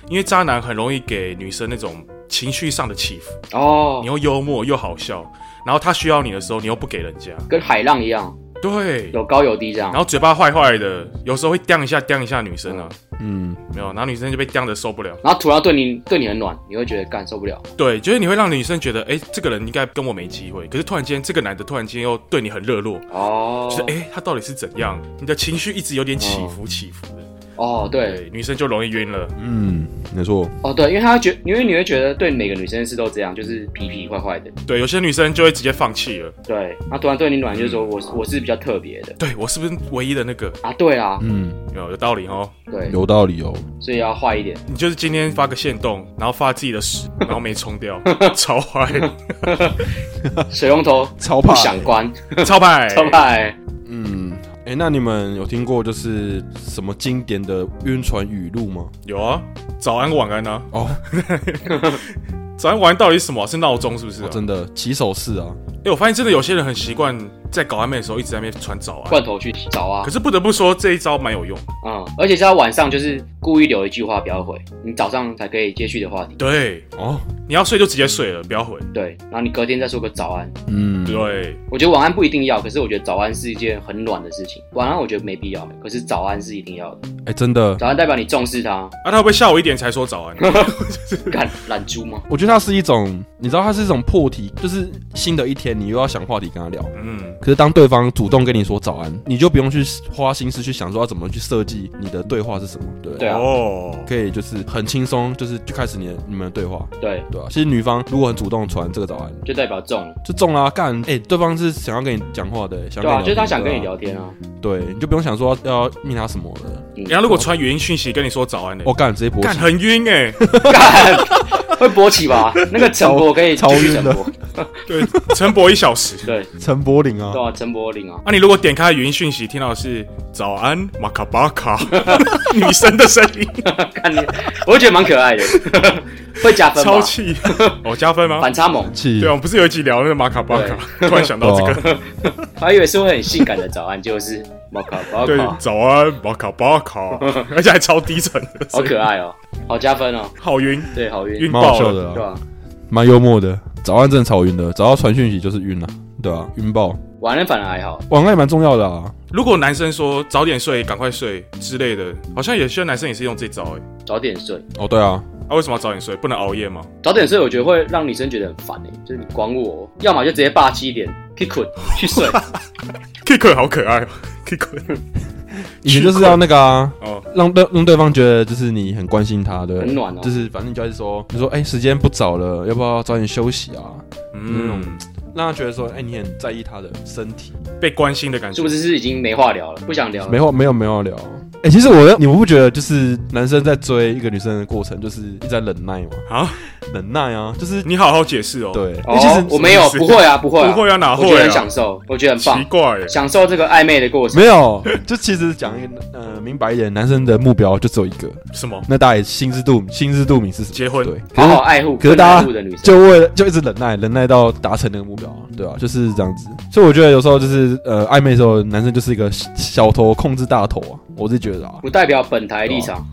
Speaker 2: 因为渣男很容易给女生那种情绪上的起伏，
Speaker 3: 哦
Speaker 2: 你，又幽默又好笑，然后他需要你的时候，你又不给人家，
Speaker 3: 跟海浪一样，
Speaker 2: 对，
Speaker 3: 有高有低这样
Speaker 2: 然。后嘴巴坏坏的，有时候会刁一下刁一下女生啊，
Speaker 1: 嗯，
Speaker 2: 没有，然后女生就被刁的受不了，
Speaker 3: 然后突然对你对你很暖，你会觉得干受不了。
Speaker 2: 对，就是你会让女生觉得，哎、这个人应该跟我没机会，可是突然间这个男的突然间又对你很热络，
Speaker 3: 哦
Speaker 2: 就是哎、诶他到底是怎样？你的情绪一直有点起伏起伏的，
Speaker 3: 哦对
Speaker 2: 对，女生就容易晕了，
Speaker 1: 嗯，没错，
Speaker 3: 哦对，因为他会觉，因为你会觉得对每个女生是都这样，就是皮皮坏坏的。
Speaker 2: 对，有些女生就会直接放弃了，
Speaker 3: 对，那突然对你暖，就是说我是我是比较特别的
Speaker 2: 对我是不是唯一的那个？
Speaker 3: 啊。对啊，
Speaker 1: 嗯，
Speaker 2: 有有道理哦。
Speaker 3: 对，
Speaker 1: 有道理哦。
Speaker 3: 所以要坏一点。
Speaker 2: 你就是今天发个线动，然后发自己 的屎，然后没冲掉，超坏，
Speaker 3: 水龙头
Speaker 1: 超怕
Speaker 3: 不
Speaker 1: 欸
Speaker 3: 想关，
Speaker 2: 超派，
Speaker 3: 超欸派。
Speaker 1: 嗯，哎、那你们有听过就是什么经典的晕船语录吗？
Speaker 2: 有啊，早安晚安啊，
Speaker 1: 哦，
Speaker 2: 早安晚安到底是什么啊、是闹钟是不是、啊？
Speaker 1: 哦真的起手式啊，
Speaker 2: 哎、我发现真的有些人很习惯在搞暧昧的时候一直在那边传早安，
Speaker 3: 罐头去洗澡啊
Speaker 2: 可，是不得不说这一招蛮有用。
Speaker 3: 嗯，而且是要晚上就是故意留一句话不要回，你早上才可以接续的话题。
Speaker 2: 对，
Speaker 1: 哦，
Speaker 2: 你要睡就直接睡了，不要回。
Speaker 3: 对，然后你隔天再说个早安。
Speaker 1: 嗯，
Speaker 2: 对，
Speaker 3: 我觉得晚安不一定要，可是我觉得早安是一件很暖的事情。晚安我觉得没必要，可是早安是一定要的。
Speaker 1: 哎、真的，
Speaker 3: 早安代表你重视他，
Speaker 2: 啊，他会不会下午一点才说早安？
Speaker 3: 干懒猪吗？
Speaker 1: 我觉得它是一种，你知道它是一种破题，就是新的一天你又要想话题跟他聊。
Speaker 2: 嗯，
Speaker 1: 可是当对方主动跟你说早安，你就不用去花心思去想说要怎么去设计你的对话是什么，对不对？
Speaker 3: 对啊
Speaker 2: 哦，
Speaker 1: 可以就是很轻松，就是就开始你的你们的对话，
Speaker 3: 对，
Speaker 1: 对啊。其实女方如果很主动传这个早安，
Speaker 3: 就代表中了。
Speaker 1: 就中啦、干哎、对方是想要跟你讲话的、想
Speaker 3: 对
Speaker 1: 要
Speaker 3: 啊，
Speaker 1: 跟
Speaker 3: 就
Speaker 1: 你聊天
Speaker 3: 是他想跟你
Speaker 1: 的啊
Speaker 3: 聊天啊。嗯
Speaker 1: 对，你就不用想说要要命他什么了。
Speaker 2: 然后如果传语音讯息跟你说早安呢、
Speaker 1: 我、干，直接勃
Speaker 2: 干
Speaker 1: 起，
Speaker 2: 很晕哎、
Speaker 3: 干会勃起吧？那个陈勃可以继续陈勃，
Speaker 2: 对， 晨勃一小时。
Speaker 3: 对
Speaker 1: 陈柏霖啊
Speaker 3: 对啊，陈柏霖啊，
Speaker 2: 啊，你如果点开语音讯息，听到的是早安马卡巴卡 女生的声音，
Speaker 3: 看你，我就觉得蛮可爱的， 会加分吧
Speaker 2: 超？气。哦，加分吗
Speaker 3: 反？差萌，
Speaker 1: 气
Speaker 2: 对啊，我们不是有一集聊那个马卡巴卡，突然想到这个，
Speaker 3: 我还以为是会很性感的早安，结果是猫卡猫
Speaker 2: 对
Speaker 3: 卡，，
Speaker 2: 早安马卡巴卡， 而且还超低沉的
Speaker 3: 好
Speaker 2: 声音，
Speaker 3: 可爱哦，好加分哦，
Speaker 2: 好晕，
Speaker 3: 对，好晕
Speaker 2: 晕，
Speaker 1: 蛮好
Speaker 2: 爆
Speaker 1: 笑
Speaker 2: 了。
Speaker 1: 的
Speaker 3: 对
Speaker 1: 啊，
Speaker 3: 吧？
Speaker 1: 蛮幽默的。早安真的超晕的，只要传讯息就是晕了、对啊，晕爆。
Speaker 3: 晚安反而还好，
Speaker 1: 晚安也蛮重要的啊，
Speaker 2: 如果男生说早点睡、赶快睡之类的，好像有些男生也是用这招哎、
Speaker 3: 早点睡，
Speaker 1: 哦对啊，
Speaker 2: 啊，为什么要早点睡？不能熬夜吗？
Speaker 3: 早点睡，我觉得会让女生觉得很烦诶，欸就是你管我，要么就直接霸气一点，去滚 去睡，
Speaker 2: Kiko 好可爱哦 ，Kiko
Speaker 1: 以前就是要那个啊，
Speaker 2: 哦，
Speaker 1: 让对让对方觉得就是你很关心他，对不对，
Speaker 3: 很暖哦
Speaker 1: 就是反正你就要一直说，你说哎、时间不早了，要不要早点休息啊？
Speaker 2: 嗯，
Speaker 1: 让他觉得说哎、你很在意他的身体。
Speaker 2: 被关心的感
Speaker 3: 是
Speaker 2: 觉
Speaker 3: 不。是是已经没话聊了，不想聊
Speaker 1: 没
Speaker 3: 了？
Speaker 1: 话没有没有聊。哎、其实我你们不觉得就是男生在追一个女生的过程，就是一直在忍耐吗？
Speaker 2: 啊，
Speaker 1: 忍耐啊，就是
Speaker 2: 你好好解释哦。，
Speaker 1: 对，因
Speaker 3: 哦
Speaker 1: 为其实，
Speaker 3: 我没有，
Speaker 2: 什么意思
Speaker 3: 不会啊，不会啊，
Speaker 2: 不会啊，哪
Speaker 3: 我
Speaker 2: 会
Speaker 3: 觉得很
Speaker 2: 啊
Speaker 3: 享？受，我觉得很
Speaker 2: 奇
Speaker 3: 棒，
Speaker 2: 怪耶，
Speaker 3: 享受这个暧昧的过程。
Speaker 1: 没有，就其实讲一个呃明白一点，男生的目标就只有一个，
Speaker 2: 什么？
Speaker 1: 那大家也心知肚心知肚明是什么？
Speaker 2: 结婚
Speaker 1: 对，可
Speaker 3: 好好
Speaker 1: 是
Speaker 3: 爱护，
Speaker 1: 可是大家
Speaker 3: 爱护的女生，
Speaker 1: 就为了就一直忍耐，忍耐到达成那个目标，对啊，就是这样子。所以我觉得有时候就是呃暧昧的时候，男生就是一个小小头控制大头啊，我是觉得啊，
Speaker 3: 不代表本台立
Speaker 1: 哦
Speaker 3: 场。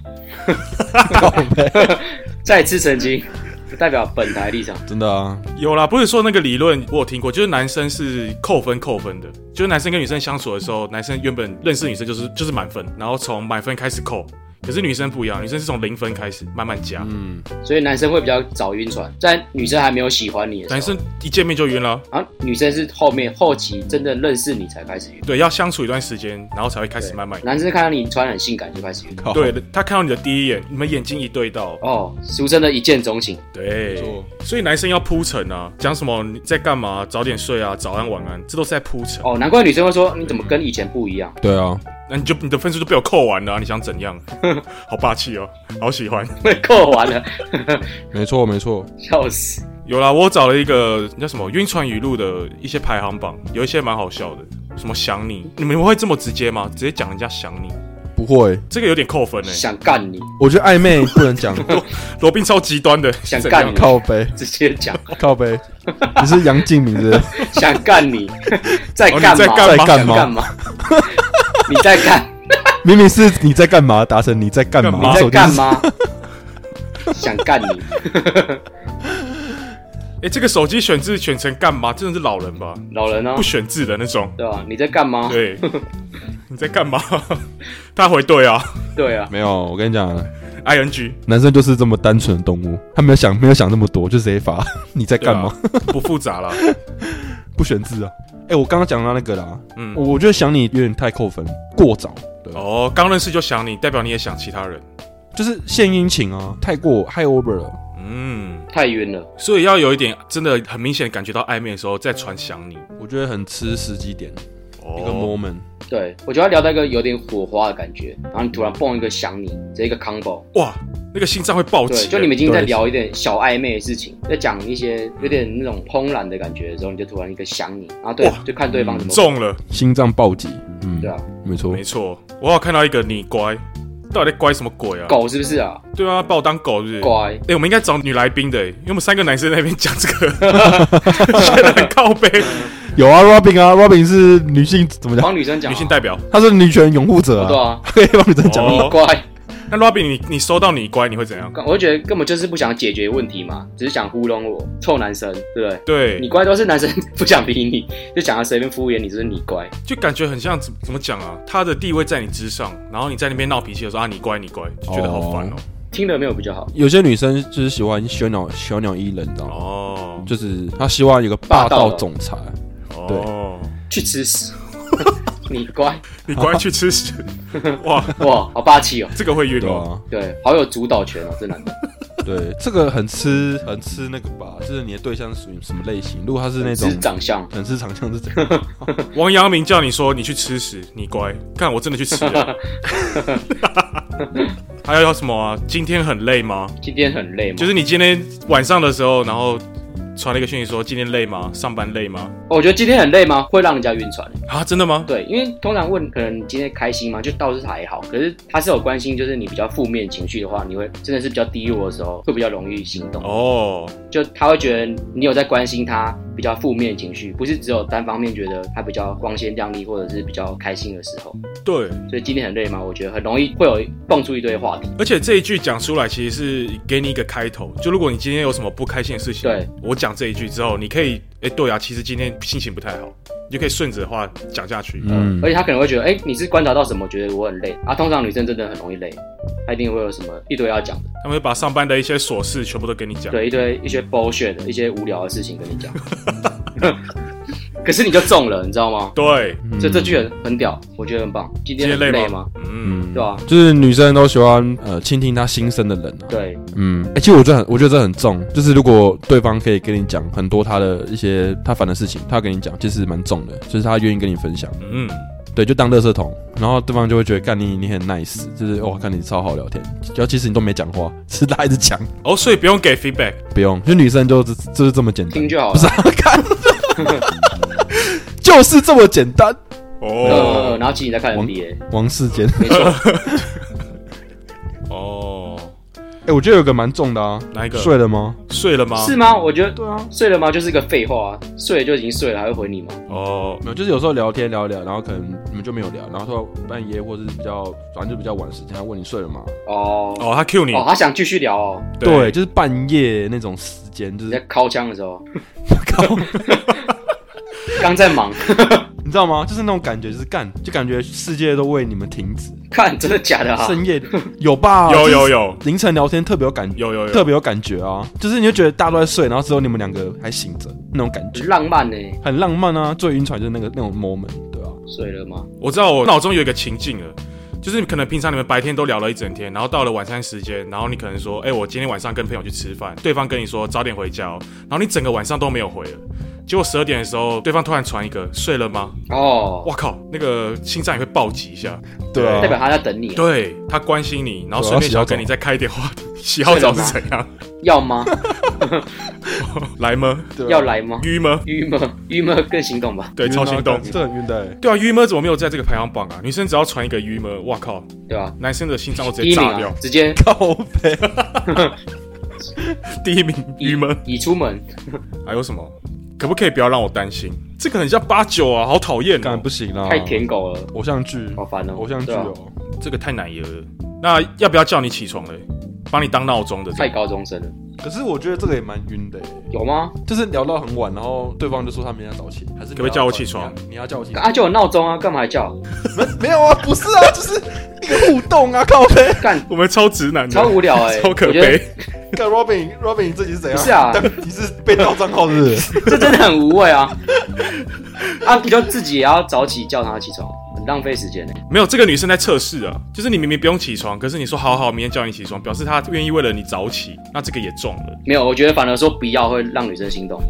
Speaker 1: 靠背
Speaker 3: 再次澄清，不代表本台立场。
Speaker 1: 真的啊，
Speaker 2: 有啦，不是说那个理论我有听过，就是男生是扣分扣分的，就是男生跟女生相处的时候，男生原本认识女生就是就是满分，然后从满分开始扣，可是女生不一样，女生是从零分开始慢慢加，
Speaker 1: 嗯，
Speaker 3: 所以男生会比较早晕船，在女生还没有喜欢你的时候，
Speaker 2: 男生一见面就晕了。
Speaker 3: 啊，女生是后面后期真正认识你才开始晕，
Speaker 2: 对，要相处一段时间，然后才会开始慢慢。
Speaker 3: 男生看到你穿得很性感就开始晕。
Speaker 1: 靠，
Speaker 2: 对，他看到你的第一眼，你们眼睛一对到，
Speaker 3: 哦，俗称的一见钟情，
Speaker 2: 对
Speaker 1: 错，
Speaker 2: 所以男生要铺陈啊，讲什么你在干嘛，早点睡啊，早安晚安，这都是在铺陈。
Speaker 3: 哦，难怪女生会说你怎么跟以前不一样，
Speaker 1: 对啊，
Speaker 2: 那你就你的分数就被我扣完了啊、你想怎样？ 好霸气哦，好喜欢。
Speaker 3: 被扣完了，
Speaker 1: 没错没错，
Speaker 3: 笑死。
Speaker 2: 有啦，我找了一个叫什么晕船语录的一些排行榜，有一些蛮好笑的，什么想你，你们会这么直接吗？直接讲人家想你，
Speaker 1: 不会，
Speaker 2: 这个有点扣分哎、欸。
Speaker 3: 想干你，
Speaker 1: 我觉得暧昧不能 讲
Speaker 2: 罗宾超极端的，
Speaker 3: 想
Speaker 2: 怎
Speaker 3: 干
Speaker 2: 样
Speaker 3: 你
Speaker 1: 靠背
Speaker 3: 直接讲，
Speaker 1: 靠背，你是杨敬敏是不是？
Speaker 3: 想干你，在
Speaker 2: 哦你
Speaker 3: 干
Speaker 2: 在
Speaker 3: 嘛？
Speaker 2: 干
Speaker 1: 嘛
Speaker 3: 想干嘛？你在干？
Speaker 1: 明明是你在干嘛？达成你在干嘛？
Speaker 2: 干
Speaker 3: 你
Speaker 2: 嘛
Speaker 1: 手
Speaker 3: 在
Speaker 1: 机
Speaker 3: 干嘛？想干你，
Speaker 2: 哎、这个手机选字选成干嘛？真的是老人吧？
Speaker 3: 老人呢
Speaker 2: 不？选字的那种。
Speaker 3: 对吧、你在干嘛？
Speaker 2: 对，你在干嘛？ 他回对啊
Speaker 3: 对啊，
Speaker 1: 没有，我跟你讲，
Speaker 2: ，ing
Speaker 1: 男生就是这么单纯的动物，他没有想没有想那么多，就直接 发你在
Speaker 2: 对啊
Speaker 1: 干嘛？
Speaker 2: 不复杂啦。
Speaker 1: 不选字啊。哎、我刚刚讲到那个啦，
Speaker 2: 嗯，
Speaker 1: 我我觉得想你有点太扣分，过早，对，
Speaker 2: 哦，刚认识就想你，代表你也想其他人。
Speaker 1: 就是献殷勤啊，太过 high over 了。
Speaker 2: 嗯，
Speaker 3: 太晕了。
Speaker 2: 所以要有一点真的很明显地感觉到暧昧的时候再传想你。
Speaker 1: 我觉得很吃时机点，
Speaker 2: 哦
Speaker 1: 一个 moment。
Speaker 3: 对，我觉得他聊到一个有点火花的感觉，然后你突然蹦一个想你，这一个 combo，
Speaker 2: 哇，那个心脏会暴
Speaker 3: 对，
Speaker 2: 击。
Speaker 3: 就你们已经在
Speaker 1: 对
Speaker 3: 聊一点小暧昧的事情，在讲一些有点那种怦然的感觉的时候，你就突然一个想你，然后对
Speaker 2: 哇，
Speaker 3: 就看对方怎么
Speaker 2: 中了，
Speaker 1: 心脏暴击，嗯，
Speaker 3: 对啊，
Speaker 1: 没错
Speaker 2: 没，错。我好看到一个你乖，到底在乖什么鬼啊？
Speaker 3: 狗是不是啊？
Speaker 2: 对啊，把我当狗是不是？
Speaker 3: 乖，
Speaker 2: 哎、我们应该找女来宾的、欸，因为我们三个男生在那边讲这个，觉得很靠背。
Speaker 1: 有啊，Robin 啊，Robin 是女性怎么讲？
Speaker 3: 帮女生讲啊，
Speaker 2: 女性代表，
Speaker 1: 她是女权拥护者
Speaker 3: 对
Speaker 1: 啊，
Speaker 3: 啊，
Speaker 1: 可以帮女生讲
Speaker 2: 哦
Speaker 1: 话。
Speaker 3: 你乖。
Speaker 2: 那 Robin，你你收到你乖，你会怎样？
Speaker 3: 我就觉得根本就是不想解决问题嘛，只是想糊弄我，臭男生，对不对？
Speaker 2: 对
Speaker 3: 你，乖都是男生不想理你，就想要随便敷衍你，就是你乖。
Speaker 2: 就感觉很像怎怎么讲啊？他的地位在你之上，然后你在那边闹脾气的时候啊，你乖你乖，就觉得好烦哦、
Speaker 3: 听了没有比较好？
Speaker 1: 有些女生就是喜欢小鸟小鸟依人，你知道吗？
Speaker 2: 哦
Speaker 1: 就是她希望有个霸道总裁，对
Speaker 2: 哦，
Speaker 3: 去吃屎， 你乖，
Speaker 2: 你乖去吃屎！哇，
Speaker 3: 哇，好霸气哦！
Speaker 2: 这个会晕
Speaker 1: 对啊，
Speaker 2: 哦。
Speaker 3: 对，好有主导权哦，这男的。
Speaker 1: 对，这个很吃很吃那个吧，就是你的对象是属于什么类型？如果他是那种
Speaker 3: 是长相，
Speaker 1: 很吃长相是怎样？
Speaker 2: 王阳明叫你说你去吃屎，你乖，看我真的去吃了。还有要什么啊？今天很累吗？
Speaker 3: 今天很累吗？
Speaker 2: 就是你今天晚上的时候，然后传了一个讯息说今天累吗？上班累吗？
Speaker 3: 哦我觉得今天很累吗？会让人家晕船。
Speaker 2: 啊，真的吗？
Speaker 3: 对，因为通常问可能你今天开心吗？就倒是还好，可是他是有关心，就是你比较负面情绪的话，你会真的是比较低落的时候，会比较容易心动。
Speaker 2: 哦，
Speaker 3: 就他会觉得你有在关心他比较负面情绪，不是只有单方面觉得他比较光鲜亮丽或者是比较开心的时候。
Speaker 2: 对，
Speaker 3: 所以今天很累吗？我觉得很容易会有蹦出一堆话题。
Speaker 2: 而且这一句讲出来，其实是给你一个开头。就如果你今天有什么不开心的事情，
Speaker 3: 对
Speaker 2: 我讲这一句之后，你可以，哎、对啊，其实今天心情不太好，你就可以顺着话讲下去。
Speaker 1: 嗯
Speaker 3: 而且他可能会觉得，哎、你是观察到什么？觉得我很累啊？通常女生真的很容易累，她一定会有什么一堆要讲的，
Speaker 2: 他们会把上班的一些琐事全部都跟你讲。
Speaker 3: 对，一堆一些 bullshit 的一些无聊的事情跟你讲。可是你就中了，你知道吗？
Speaker 2: 对，
Speaker 3: 所以这句很很屌，我觉得很棒。今
Speaker 2: 今
Speaker 3: 天
Speaker 2: 天
Speaker 3: 很
Speaker 2: 累
Speaker 3: 累
Speaker 2: 吗
Speaker 3: 吗？？
Speaker 2: 嗯，
Speaker 1: 嗯
Speaker 3: 对啊
Speaker 1: 就是女生都喜欢呃倾听她心声的人啊。
Speaker 3: 对，
Speaker 1: 嗯，欸其实我这很，我觉得这很重，就是如果对方可以跟你讲很多他的一些他烦的事情，他跟你讲，其实蛮重的，就是他愿意跟你分享，
Speaker 2: 嗯，
Speaker 1: 对，就当垃圾桶，然后对方就会觉得干你你很 nice，就是哇，看你超好聊天，然后其实你都没讲话， 是他一直讲，
Speaker 2: 哦，所以不用给 feedback，
Speaker 1: 不用，就女生就就是这么简单
Speaker 3: 听，就好
Speaker 1: 不
Speaker 3: 了
Speaker 1: 是。啊，看，就是这么简单，
Speaker 2: 哦
Speaker 3: 呃，然后其实你在看
Speaker 1: 王
Speaker 3: NBA，
Speaker 1: 王世坚，
Speaker 3: 没错，
Speaker 2: 哦，
Speaker 1: 哎、我觉得有个蛮重的啊，
Speaker 2: 哪一个
Speaker 1: 睡了吗？
Speaker 2: 睡了吗？
Speaker 3: 是吗？我觉得
Speaker 1: 对啊，
Speaker 3: 睡了吗？就是一个废话、啊，睡了就已经睡了，还会回你吗？
Speaker 2: 哦，
Speaker 1: 没有，就是有时候聊天聊一聊，然后可能你们就没有聊，然后说半夜或是比较，反正就比较晚时间，他问你睡了吗？
Speaker 3: 哦
Speaker 2: 哦，他 cue 你，
Speaker 3: 哦，他想继续聊哦，
Speaker 1: 对，，就是半夜那种时间，就
Speaker 3: 你在
Speaker 1: 是
Speaker 3: 敲枪的时候，
Speaker 1: 靠，
Speaker 3: 刚在忙，
Speaker 1: 你知道吗？就是那种感觉，就是干，就感觉世界都为你们停止，
Speaker 3: 看真的假的啊？
Speaker 1: 深夜有吧？
Speaker 2: 有
Speaker 1: 就是
Speaker 2: 有有
Speaker 1: 凌晨聊天特别有感，
Speaker 2: 有有
Speaker 1: 特
Speaker 2: 有，
Speaker 1: 别有感觉啊，就是你会觉得大家都在睡，然后只有你们两个还醒着那种感觉，
Speaker 3: 浪漫呢、
Speaker 1: 很浪漫啊。最晕船就是那个那种 moment，对啊，
Speaker 3: 睡了吗？
Speaker 2: 我知道我脑中有一个情境了。就是可能平常你们白天都聊了一整天，然后到了晚餐时间，然后你可能说，哎、我今天晚上跟朋友去吃饭，对方跟你说早点回家、哦，然后你整个晚上都没有回了，结果十二点的时候，对方突然传一个睡了吗？
Speaker 3: 哦，
Speaker 2: 哇靠，那个心脏也会暴击一下。
Speaker 1: 对
Speaker 3: 代表
Speaker 1: 啊，
Speaker 3: 他在等你、啊，
Speaker 2: 对他关心你，然后
Speaker 1: 对
Speaker 2: 顺
Speaker 1: 要
Speaker 2: 便
Speaker 1: 洗
Speaker 2: 想
Speaker 1: 好
Speaker 2: 要跟
Speaker 1: 澡
Speaker 2: 你再开一点话题，洗好澡是
Speaker 3: 睡
Speaker 2: 怎样？
Speaker 3: 要吗？
Speaker 2: 啊来吗？
Speaker 1: 对啊
Speaker 3: 要来吗？
Speaker 2: 晕吗？
Speaker 3: 郁闷，郁闷更行动吧，
Speaker 2: 对，
Speaker 1: 晕啊
Speaker 2: 超心动
Speaker 1: 干。这很晕的欸。
Speaker 2: 对啊，晕吗怎么没有在这个排行榜啊？女生只要传一个晕吗，哇靠，
Speaker 3: 对吧、
Speaker 2: 男生的心脏都直
Speaker 3: 第
Speaker 2: 接
Speaker 3: 一名
Speaker 2: 炸
Speaker 3: 啊
Speaker 2: 掉，。
Speaker 3: 直接
Speaker 1: 靠背，
Speaker 2: 第一名晕吗？
Speaker 3: 已出门，
Speaker 2: 还有什么？可不可以不要让我担心？这个很像八九啊，好讨厌、
Speaker 1: 干
Speaker 2: 哦
Speaker 1: 不，行啦，
Speaker 3: 太舔狗了，
Speaker 1: 偶像剧，
Speaker 3: 好烦哦、
Speaker 1: 偶像剧
Speaker 3: 对啊
Speaker 1: 哦，
Speaker 2: 这个太难言了。那要不要叫你起床嘞？帮你当闹钟的这
Speaker 3: 太
Speaker 2: 个，
Speaker 3: 高中生了，
Speaker 1: 可是我觉得这个也蛮晕的欸，
Speaker 3: 有吗？
Speaker 1: 就是聊到很晚，然后对方就说他明天要早起，还是你
Speaker 2: 可不可以
Speaker 1: 要
Speaker 2: 叫我起床
Speaker 1: 你要你要叫我起床？
Speaker 3: 啊，就有闹钟啊，干嘛还叫？
Speaker 1: 没有啊，不是啊， 就是一个互动啊，靠背。
Speaker 3: 干，
Speaker 2: 我们超直男的，
Speaker 3: 超无聊哎、欸，
Speaker 2: 超可
Speaker 3: 我觉得
Speaker 2: 悲。
Speaker 1: 看 Robin，Robin 你自己是怎样？
Speaker 3: 不是啊
Speaker 1: 你是被盗账号是不 是？
Speaker 3: 这真的很无谓啊！ 啊，不就自己也要早起叫他起床，很浪费时间欸呢、
Speaker 2: 没有，这个女生在测试啊，就是你明明不用起床，可是你说好好，明天叫你起床，表示她愿意为了你早起，那这个也中了。
Speaker 3: 没有，我觉得反而说不要会让女 生心动，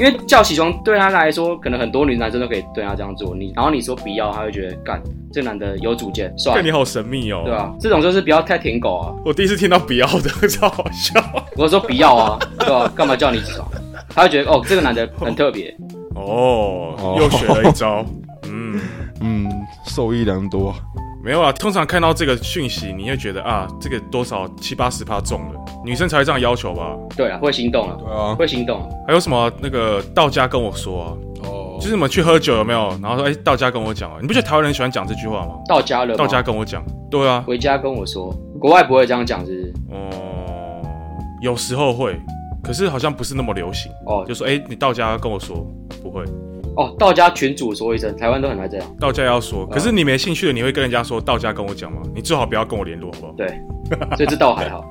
Speaker 3: 因为叫起床对她来说，可能很多女男生都可以对她这样做。你然后你说不要，她会觉得干这男的有主见，算
Speaker 2: 看
Speaker 3: 了
Speaker 2: 你，好神秘哦。
Speaker 3: 对啊，这种就是不要太舔狗啊。
Speaker 2: 我第一次听到不要的， 超好笑。
Speaker 3: 我说不要啊，对吧、干嘛叫你 起床？她会觉得哦，这个男的很特别，
Speaker 2: 哦
Speaker 1: 哦，
Speaker 2: 又学了一招。嗯，
Speaker 1: 嗯，受益良多。
Speaker 2: 没有啊，通常看到这个讯息，你会觉得啊，这个多少七八十趴中了，女生才会这样要求吧？
Speaker 3: 对啊，会心动了，
Speaker 1: 对啊，
Speaker 3: 会心动了。
Speaker 2: 还有什么那个到家跟我说啊，
Speaker 1: 哦
Speaker 2: 就是你们去喝酒有没有？然后说哎、到家跟我讲啊，你不觉得台湾人喜欢讲这句话吗？
Speaker 3: 到家了吗，
Speaker 2: 到家跟我讲，对啊，
Speaker 3: 回家跟我说，国外不会这样讲，是不是？
Speaker 2: 哦，有时候会，可是好像不是那么流行。
Speaker 3: 哦
Speaker 2: 就说哎、你到家跟我说，不会，
Speaker 3: 哦，到家群主说一声，台湾都很爱这样。
Speaker 2: 到家要
Speaker 1: 嗯
Speaker 2: 说。可是你没兴趣的，你会跟人家说到家跟我讲吗？你最好不要跟我联络，好不好？
Speaker 3: 对， 所以这倒还好。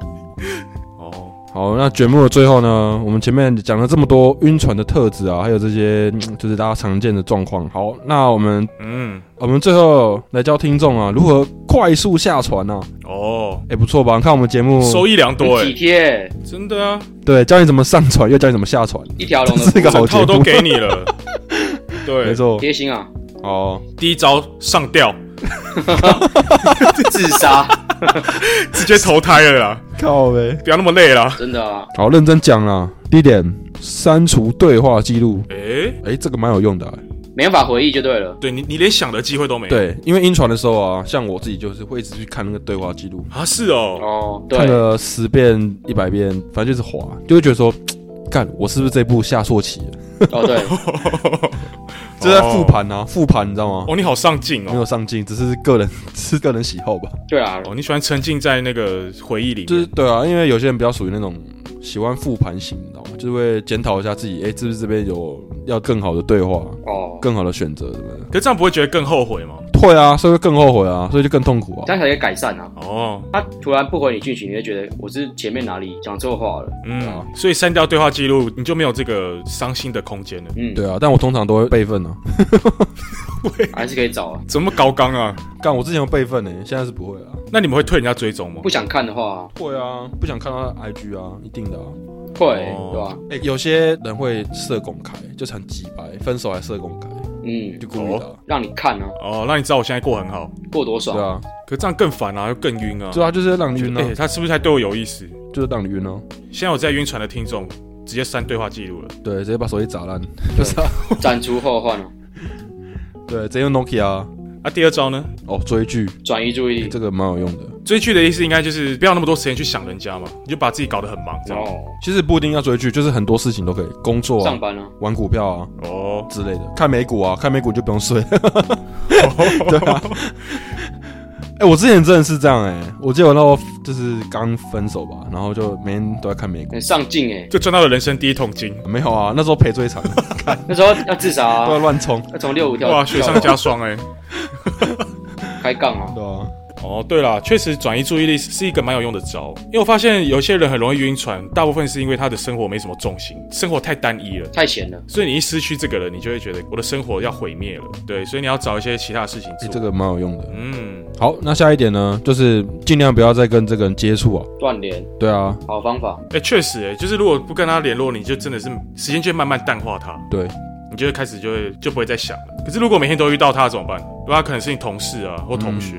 Speaker 2: 哦，
Speaker 1: 好，那节目的最后呢，我们前面讲了这么多晕船的特质啊，还有这些嗯就是大家常见的状况。好，那我们
Speaker 2: 嗯，
Speaker 1: 我们最后来教听众啊，如何快速下船呢、啊？
Speaker 2: 哦，
Speaker 1: 哎、不错吧？看我们节目，
Speaker 2: 收益良多哎、
Speaker 3: 体贴，
Speaker 2: 真的啊，
Speaker 1: 对，教你怎么上船，又教你怎么下船，
Speaker 3: 一条龙
Speaker 1: 这
Speaker 3: 的
Speaker 1: 个好
Speaker 2: 整
Speaker 1: 节
Speaker 2: 套
Speaker 1: 目，
Speaker 2: 都给你 了。对
Speaker 1: 没，错。
Speaker 3: 贴心啊，
Speaker 1: 哦，
Speaker 2: 第一招上吊，
Speaker 3: 自杀，
Speaker 2: 直接投胎了啦，
Speaker 1: 靠呗。
Speaker 2: 不要那么累啦。
Speaker 3: 真的啊，
Speaker 1: 好，认真讲啦。第一点，删除对话记录。
Speaker 2: 哎、
Speaker 1: 哎、这个蛮有用的啊、
Speaker 3: 没办法回忆就对了。
Speaker 2: 对你，你连想的机会都没有。
Speaker 1: 对，因为晕船的时候啊，像我自己就是会一直去看那个对话记录，
Speaker 2: 啊，是哦，
Speaker 3: 哦，对
Speaker 1: 看，了十遍、一百遍，反正就是滑，就会觉得说，干，我是不是这部下错棋了？
Speaker 3: 哦对，
Speaker 1: 这是在复盘啊，复盘，你知道吗？
Speaker 2: 哦，你好上进
Speaker 1: 没
Speaker 2: 哦。
Speaker 1: 有上进，只是个人， 只是个人喜好吧。
Speaker 3: 对啊，
Speaker 2: 哦，你喜欢沉浸在那个回忆里面，
Speaker 1: 就是对啊，因为有些人比较属于那种喜欢复盘型，你知道吗？就是会检讨一下自己，哎、是不是这边有要更好的对话，
Speaker 3: 哦，
Speaker 1: 更好的选择什么的？
Speaker 2: 可是这样不会觉得更后悔吗？
Speaker 1: 会啊，所以会更后悔啊，所以就更痛苦啊
Speaker 3: 这。样才可以改善啊。
Speaker 2: 哦，
Speaker 3: 他突然不回你进去，你会觉得我是前面哪里讲错话了。
Speaker 1: 啊
Speaker 2: 嗯，所以删掉对话记录，你就没有这个伤心的空间了。
Speaker 3: 嗯，
Speaker 1: 对啊，但我通常都会备份啊。
Speaker 3: 还是可以找啊。
Speaker 2: 怎么高纲啊？
Speaker 1: 干，我之前有备份呢、现在是不会啊。
Speaker 2: 那你们会退人家追踪吗
Speaker 3: 不？想看的话，
Speaker 1: 会啊，不想看到他的 IG 啊，一定的啊。
Speaker 3: 会，
Speaker 2: 哦
Speaker 3: 对吧？
Speaker 1: 哎、有些人会设公开，就是很鸡白，分手还设公开，
Speaker 3: 嗯，
Speaker 1: 就故意的啊、
Speaker 3: 让你看啊，
Speaker 2: 哦，让你知道我现在过很好，
Speaker 3: 过多
Speaker 1: 对
Speaker 3: 爽。
Speaker 1: 啊，
Speaker 2: 可这样更烦啊，又更晕啊。
Speaker 1: 对啊，就是让你晕
Speaker 2: 哎、
Speaker 1: 啊，
Speaker 2: 他是不是还对我有意思？
Speaker 1: 就是让你晕啊。
Speaker 2: 现在有在晕船的听众，直接删对话记录了。
Speaker 1: 对，直接把手机砸烂，就是啊，
Speaker 3: 斩除后患啊，
Speaker 1: 对，直接用 Nokia
Speaker 2: 啊，第二招呢？
Speaker 1: 哦，追剧、
Speaker 3: 转移注意
Speaker 1: 欸
Speaker 3: 力。
Speaker 1: 这个蛮有用的。
Speaker 2: 追剧的意思应该就是不要那么多时间去想人家嘛，你就把自己搞得很忙这样。
Speaker 3: 哦，
Speaker 1: 其实不一定要追剧，就是很多事情都可以，工作啊
Speaker 3: 上、班啊，
Speaker 1: 玩股票啊
Speaker 2: 哦，
Speaker 1: 之类的，看美股啊，看美股就不用睡。 对啊。哎、我之前真的是这样哎、我记得我那时候就是刚分手吧，然后就每天都在看美股。
Speaker 3: 很上进哎。
Speaker 2: 就赚到了人生第一桶金，
Speaker 1: 没有啊，那时候赔最惨，
Speaker 3: 那时候要自杀
Speaker 1: 都在
Speaker 3: 啊，
Speaker 1: 乱冲。
Speaker 3: 要从六五跳
Speaker 2: 欸哇，雪上
Speaker 3: 跳
Speaker 2: 加霜哎、
Speaker 3: 开杠啊，
Speaker 1: 对啊，
Speaker 2: 哦，对了，确实转移注意力是一个蛮有用的招，因为我发现有些人很容易晕船，大部分是因为他的生活没什么重心，生活太单一了。
Speaker 3: 太闲了。
Speaker 2: 所以你一失去这个人，你就会觉得我的生活要毁灭了。对，所以你要找一些其他的事情
Speaker 1: 哎、
Speaker 2: 做。
Speaker 1: 这个蛮有用的。
Speaker 2: 嗯，
Speaker 1: 好，那下一点呢，就是尽量不要再跟这个人接触啊。
Speaker 3: 断联，
Speaker 1: 对啊，
Speaker 3: 好方法。
Speaker 2: 哎、确实、哎，就是如果不跟他联络，你就真的是时间就会慢慢淡化他，
Speaker 1: 对，
Speaker 2: 你就会开始就会就不会再想了。可是如果每天都遇到他怎么办？如果他可能是你同事啊，或同学，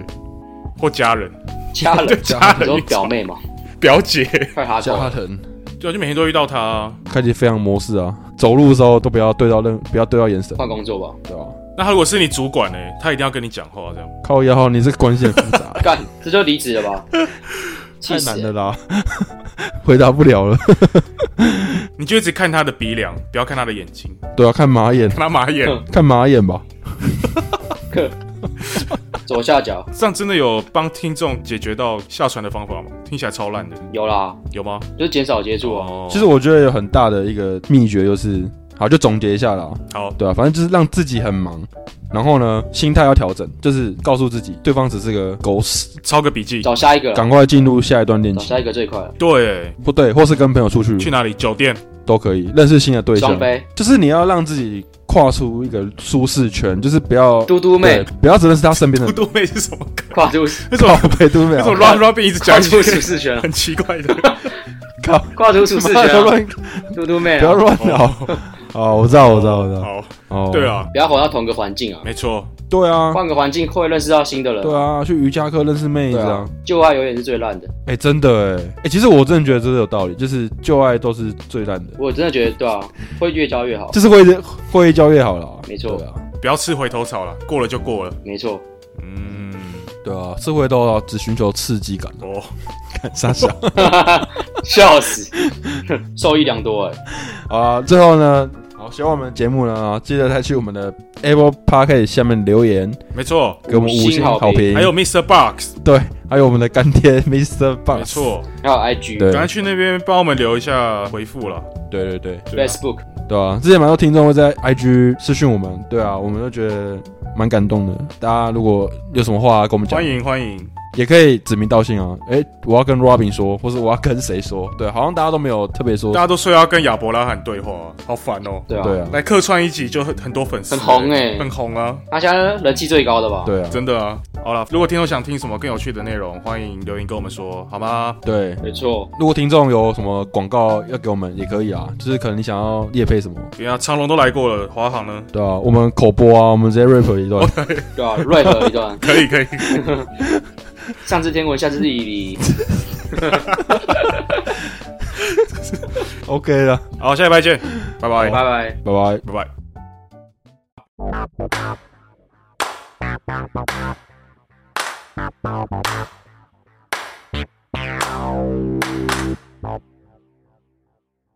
Speaker 2: 或家人、
Speaker 3: 家 人，
Speaker 2: 家
Speaker 3: 你
Speaker 2: 人
Speaker 3: 说表妹嘛，
Speaker 2: 表姐，
Speaker 3: 快哈
Speaker 1: 加
Speaker 3: 口，
Speaker 1: 藤
Speaker 2: 对啊，就每天都遇到他、啊。
Speaker 1: 开启飞扬模式啊，走路的时候都不要对到任，不要对到眼神，
Speaker 3: 换工作吧。，
Speaker 1: 对吧、啊
Speaker 2: 那他如果是你主管呢、哎他一定要跟你讲话，这样
Speaker 1: 靠腰，你这个关系很复杂
Speaker 3: 干，这就离职了吧？
Speaker 1: 太
Speaker 3: 气死
Speaker 1: 难
Speaker 3: 了
Speaker 1: 了啦， 回答不了了。
Speaker 2: 你就一直看他的鼻梁，不要看他的眼睛，嗯
Speaker 1: 对啊，看马眼，
Speaker 2: 看他马眼，
Speaker 1: 看马眼吧。
Speaker 3: 左下角
Speaker 2: 这样真的有帮听众解决到下船的方法吗？听起来超烂的，
Speaker 3: 有啦，
Speaker 2: 有吗？
Speaker 3: 就是减少接触啊。
Speaker 2: 哦，
Speaker 1: 其实我觉得有很大的一个秘诀就是，好就总结一下啦，
Speaker 2: 好，
Speaker 1: 对啊，反正就是让自己很忙，然后呢，心态要调整，就是告诉自己，对方只是个狗屎，
Speaker 2: 抄个笔记。
Speaker 3: 找下一个，
Speaker 1: 赶快进入下一段恋
Speaker 3: 找
Speaker 1: 情，
Speaker 3: 下一个最快了。
Speaker 2: 对，欸
Speaker 1: 不对，或是跟朋友出去
Speaker 2: 去哪里？酒 店。
Speaker 1: 都可以，认识新的对
Speaker 3: 双
Speaker 1: 象，
Speaker 3: 飞，
Speaker 1: 就是你要让自己跨出一个舒适圈，就是不要
Speaker 3: 嘟嘟
Speaker 1: 对
Speaker 3: 妹，
Speaker 1: 不要只认识他身边的
Speaker 2: 嘟
Speaker 1: 人，
Speaker 2: 嘟妹是什么梗？
Speaker 3: 跨出
Speaker 2: 为什么
Speaker 1: 靠背嘟妹
Speaker 2: 为
Speaker 1: 啊
Speaker 2: 什么 Run Robin 一直
Speaker 3: 跨
Speaker 2: 讲一
Speaker 3: 出舒
Speaker 2: 些
Speaker 3: 适圈 了，
Speaker 2: 很奇 怪的？
Speaker 1: 靠，
Speaker 3: 跨出舒适
Speaker 1: 妈
Speaker 3: 圈啊
Speaker 1: 的
Speaker 3: 了，
Speaker 1: 乱
Speaker 3: 嘟嘟妹
Speaker 1: 不要
Speaker 3: 啊，
Speaker 1: 乱聊。 哦，我知道，我知道，我知道。
Speaker 2: 好，
Speaker 1: 哦，
Speaker 2: 对，啊，
Speaker 3: 不要活到同个环境啊。
Speaker 2: 没错，
Speaker 1: 对啊，
Speaker 3: 换个环境会认识到新的人，
Speaker 1: 对啊，去瑜伽课认识妹子
Speaker 3: 对
Speaker 1: 啊
Speaker 3: 啊。，旧爱永远是最烂的。
Speaker 1: 哎，真的哎，哎，其实我真的觉得这是有道理，就是旧爱都是最烂的，
Speaker 3: 我真的觉得，对啊，会越教越好，
Speaker 1: 就是会会越交越好了。
Speaker 3: 没错
Speaker 1: 对啊，
Speaker 2: 不要吃回头草了，过了就过了。
Speaker 3: 没错。
Speaker 2: 嗯，
Speaker 1: 对啊，社会都要只寻求刺激感，
Speaker 2: 哦，
Speaker 1: 傻 笑。
Speaker 3: 笑死， 受益良多哎。
Speaker 1: 好啊，最后呢，好，喜欢我们的节目呢，啊记得再去我们的 Apple Park 下面留言，
Speaker 2: 没错。
Speaker 1: 给我们五
Speaker 3: 五
Speaker 1: 星
Speaker 3: 星
Speaker 1: 好
Speaker 3: 好评
Speaker 1: 评。
Speaker 2: 还有 Mr. Box，
Speaker 1: 对，还有我们的干爹 Mr.
Speaker 2: 没
Speaker 1: Box。
Speaker 2: 错，
Speaker 3: 还有 IG、
Speaker 1: 对
Speaker 2: 赶快去那边帮我们留一下回复了。
Speaker 1: 对对对，
Speaker 2: 对啊
Speaker 3: Facebook，
Speaker 1: 对啊，之前蛮多听众会在 IG 私讯我们，对啊，我们都觉得蛮感动的。大家如果有什么话跟我们讲，
Speaker 2: 欢迎欢迎，
Speaker 1: 也可以指名道姓啊。诶，我要跟 Robin 说，或是我要跟谁说？对，好像大家都没有特别说
Speaker 2: 大。家都说要跟亚伯拉罕对话，好烦哦。
Speaker 3: 对啊，
Speaker 1: 对啊，
Speaker 2: 来客串一集就很很多粉丝，
Speaker 3: 很红欸
Speaker 2: 很红啊。
Speaker 3: 他现在人气最高的吧？，
Speaker 1: 对啊，
Speaker 2: 真的啊，好了，如果听众想听什么更有趣的内容，欢迎留言跟我们说，好吗？
Speaker 1: 对。
Speaker 3: 没错，
Speaker 1: 如果听众有什么广告要给我们，也可以啊，就是可能你想要夜配什么，
Speaker 2: 对啊，长隆都来过了，华航 呢？
Speaker 1: 对啊，我们口播啊，我们直接 rap 一 段，
Speaker 3: 对啊，rap 一段，
Speaker 2: 可以可以，
Speaker 3: 上知天文，下知地理，
Speaker 1: OK 了，
Speaker 2: 好，下礼拜见，拜 拜，
Speaker 3: 拜拜。
Speaker 1: 拜拜。
Speaker 2: 拜拜。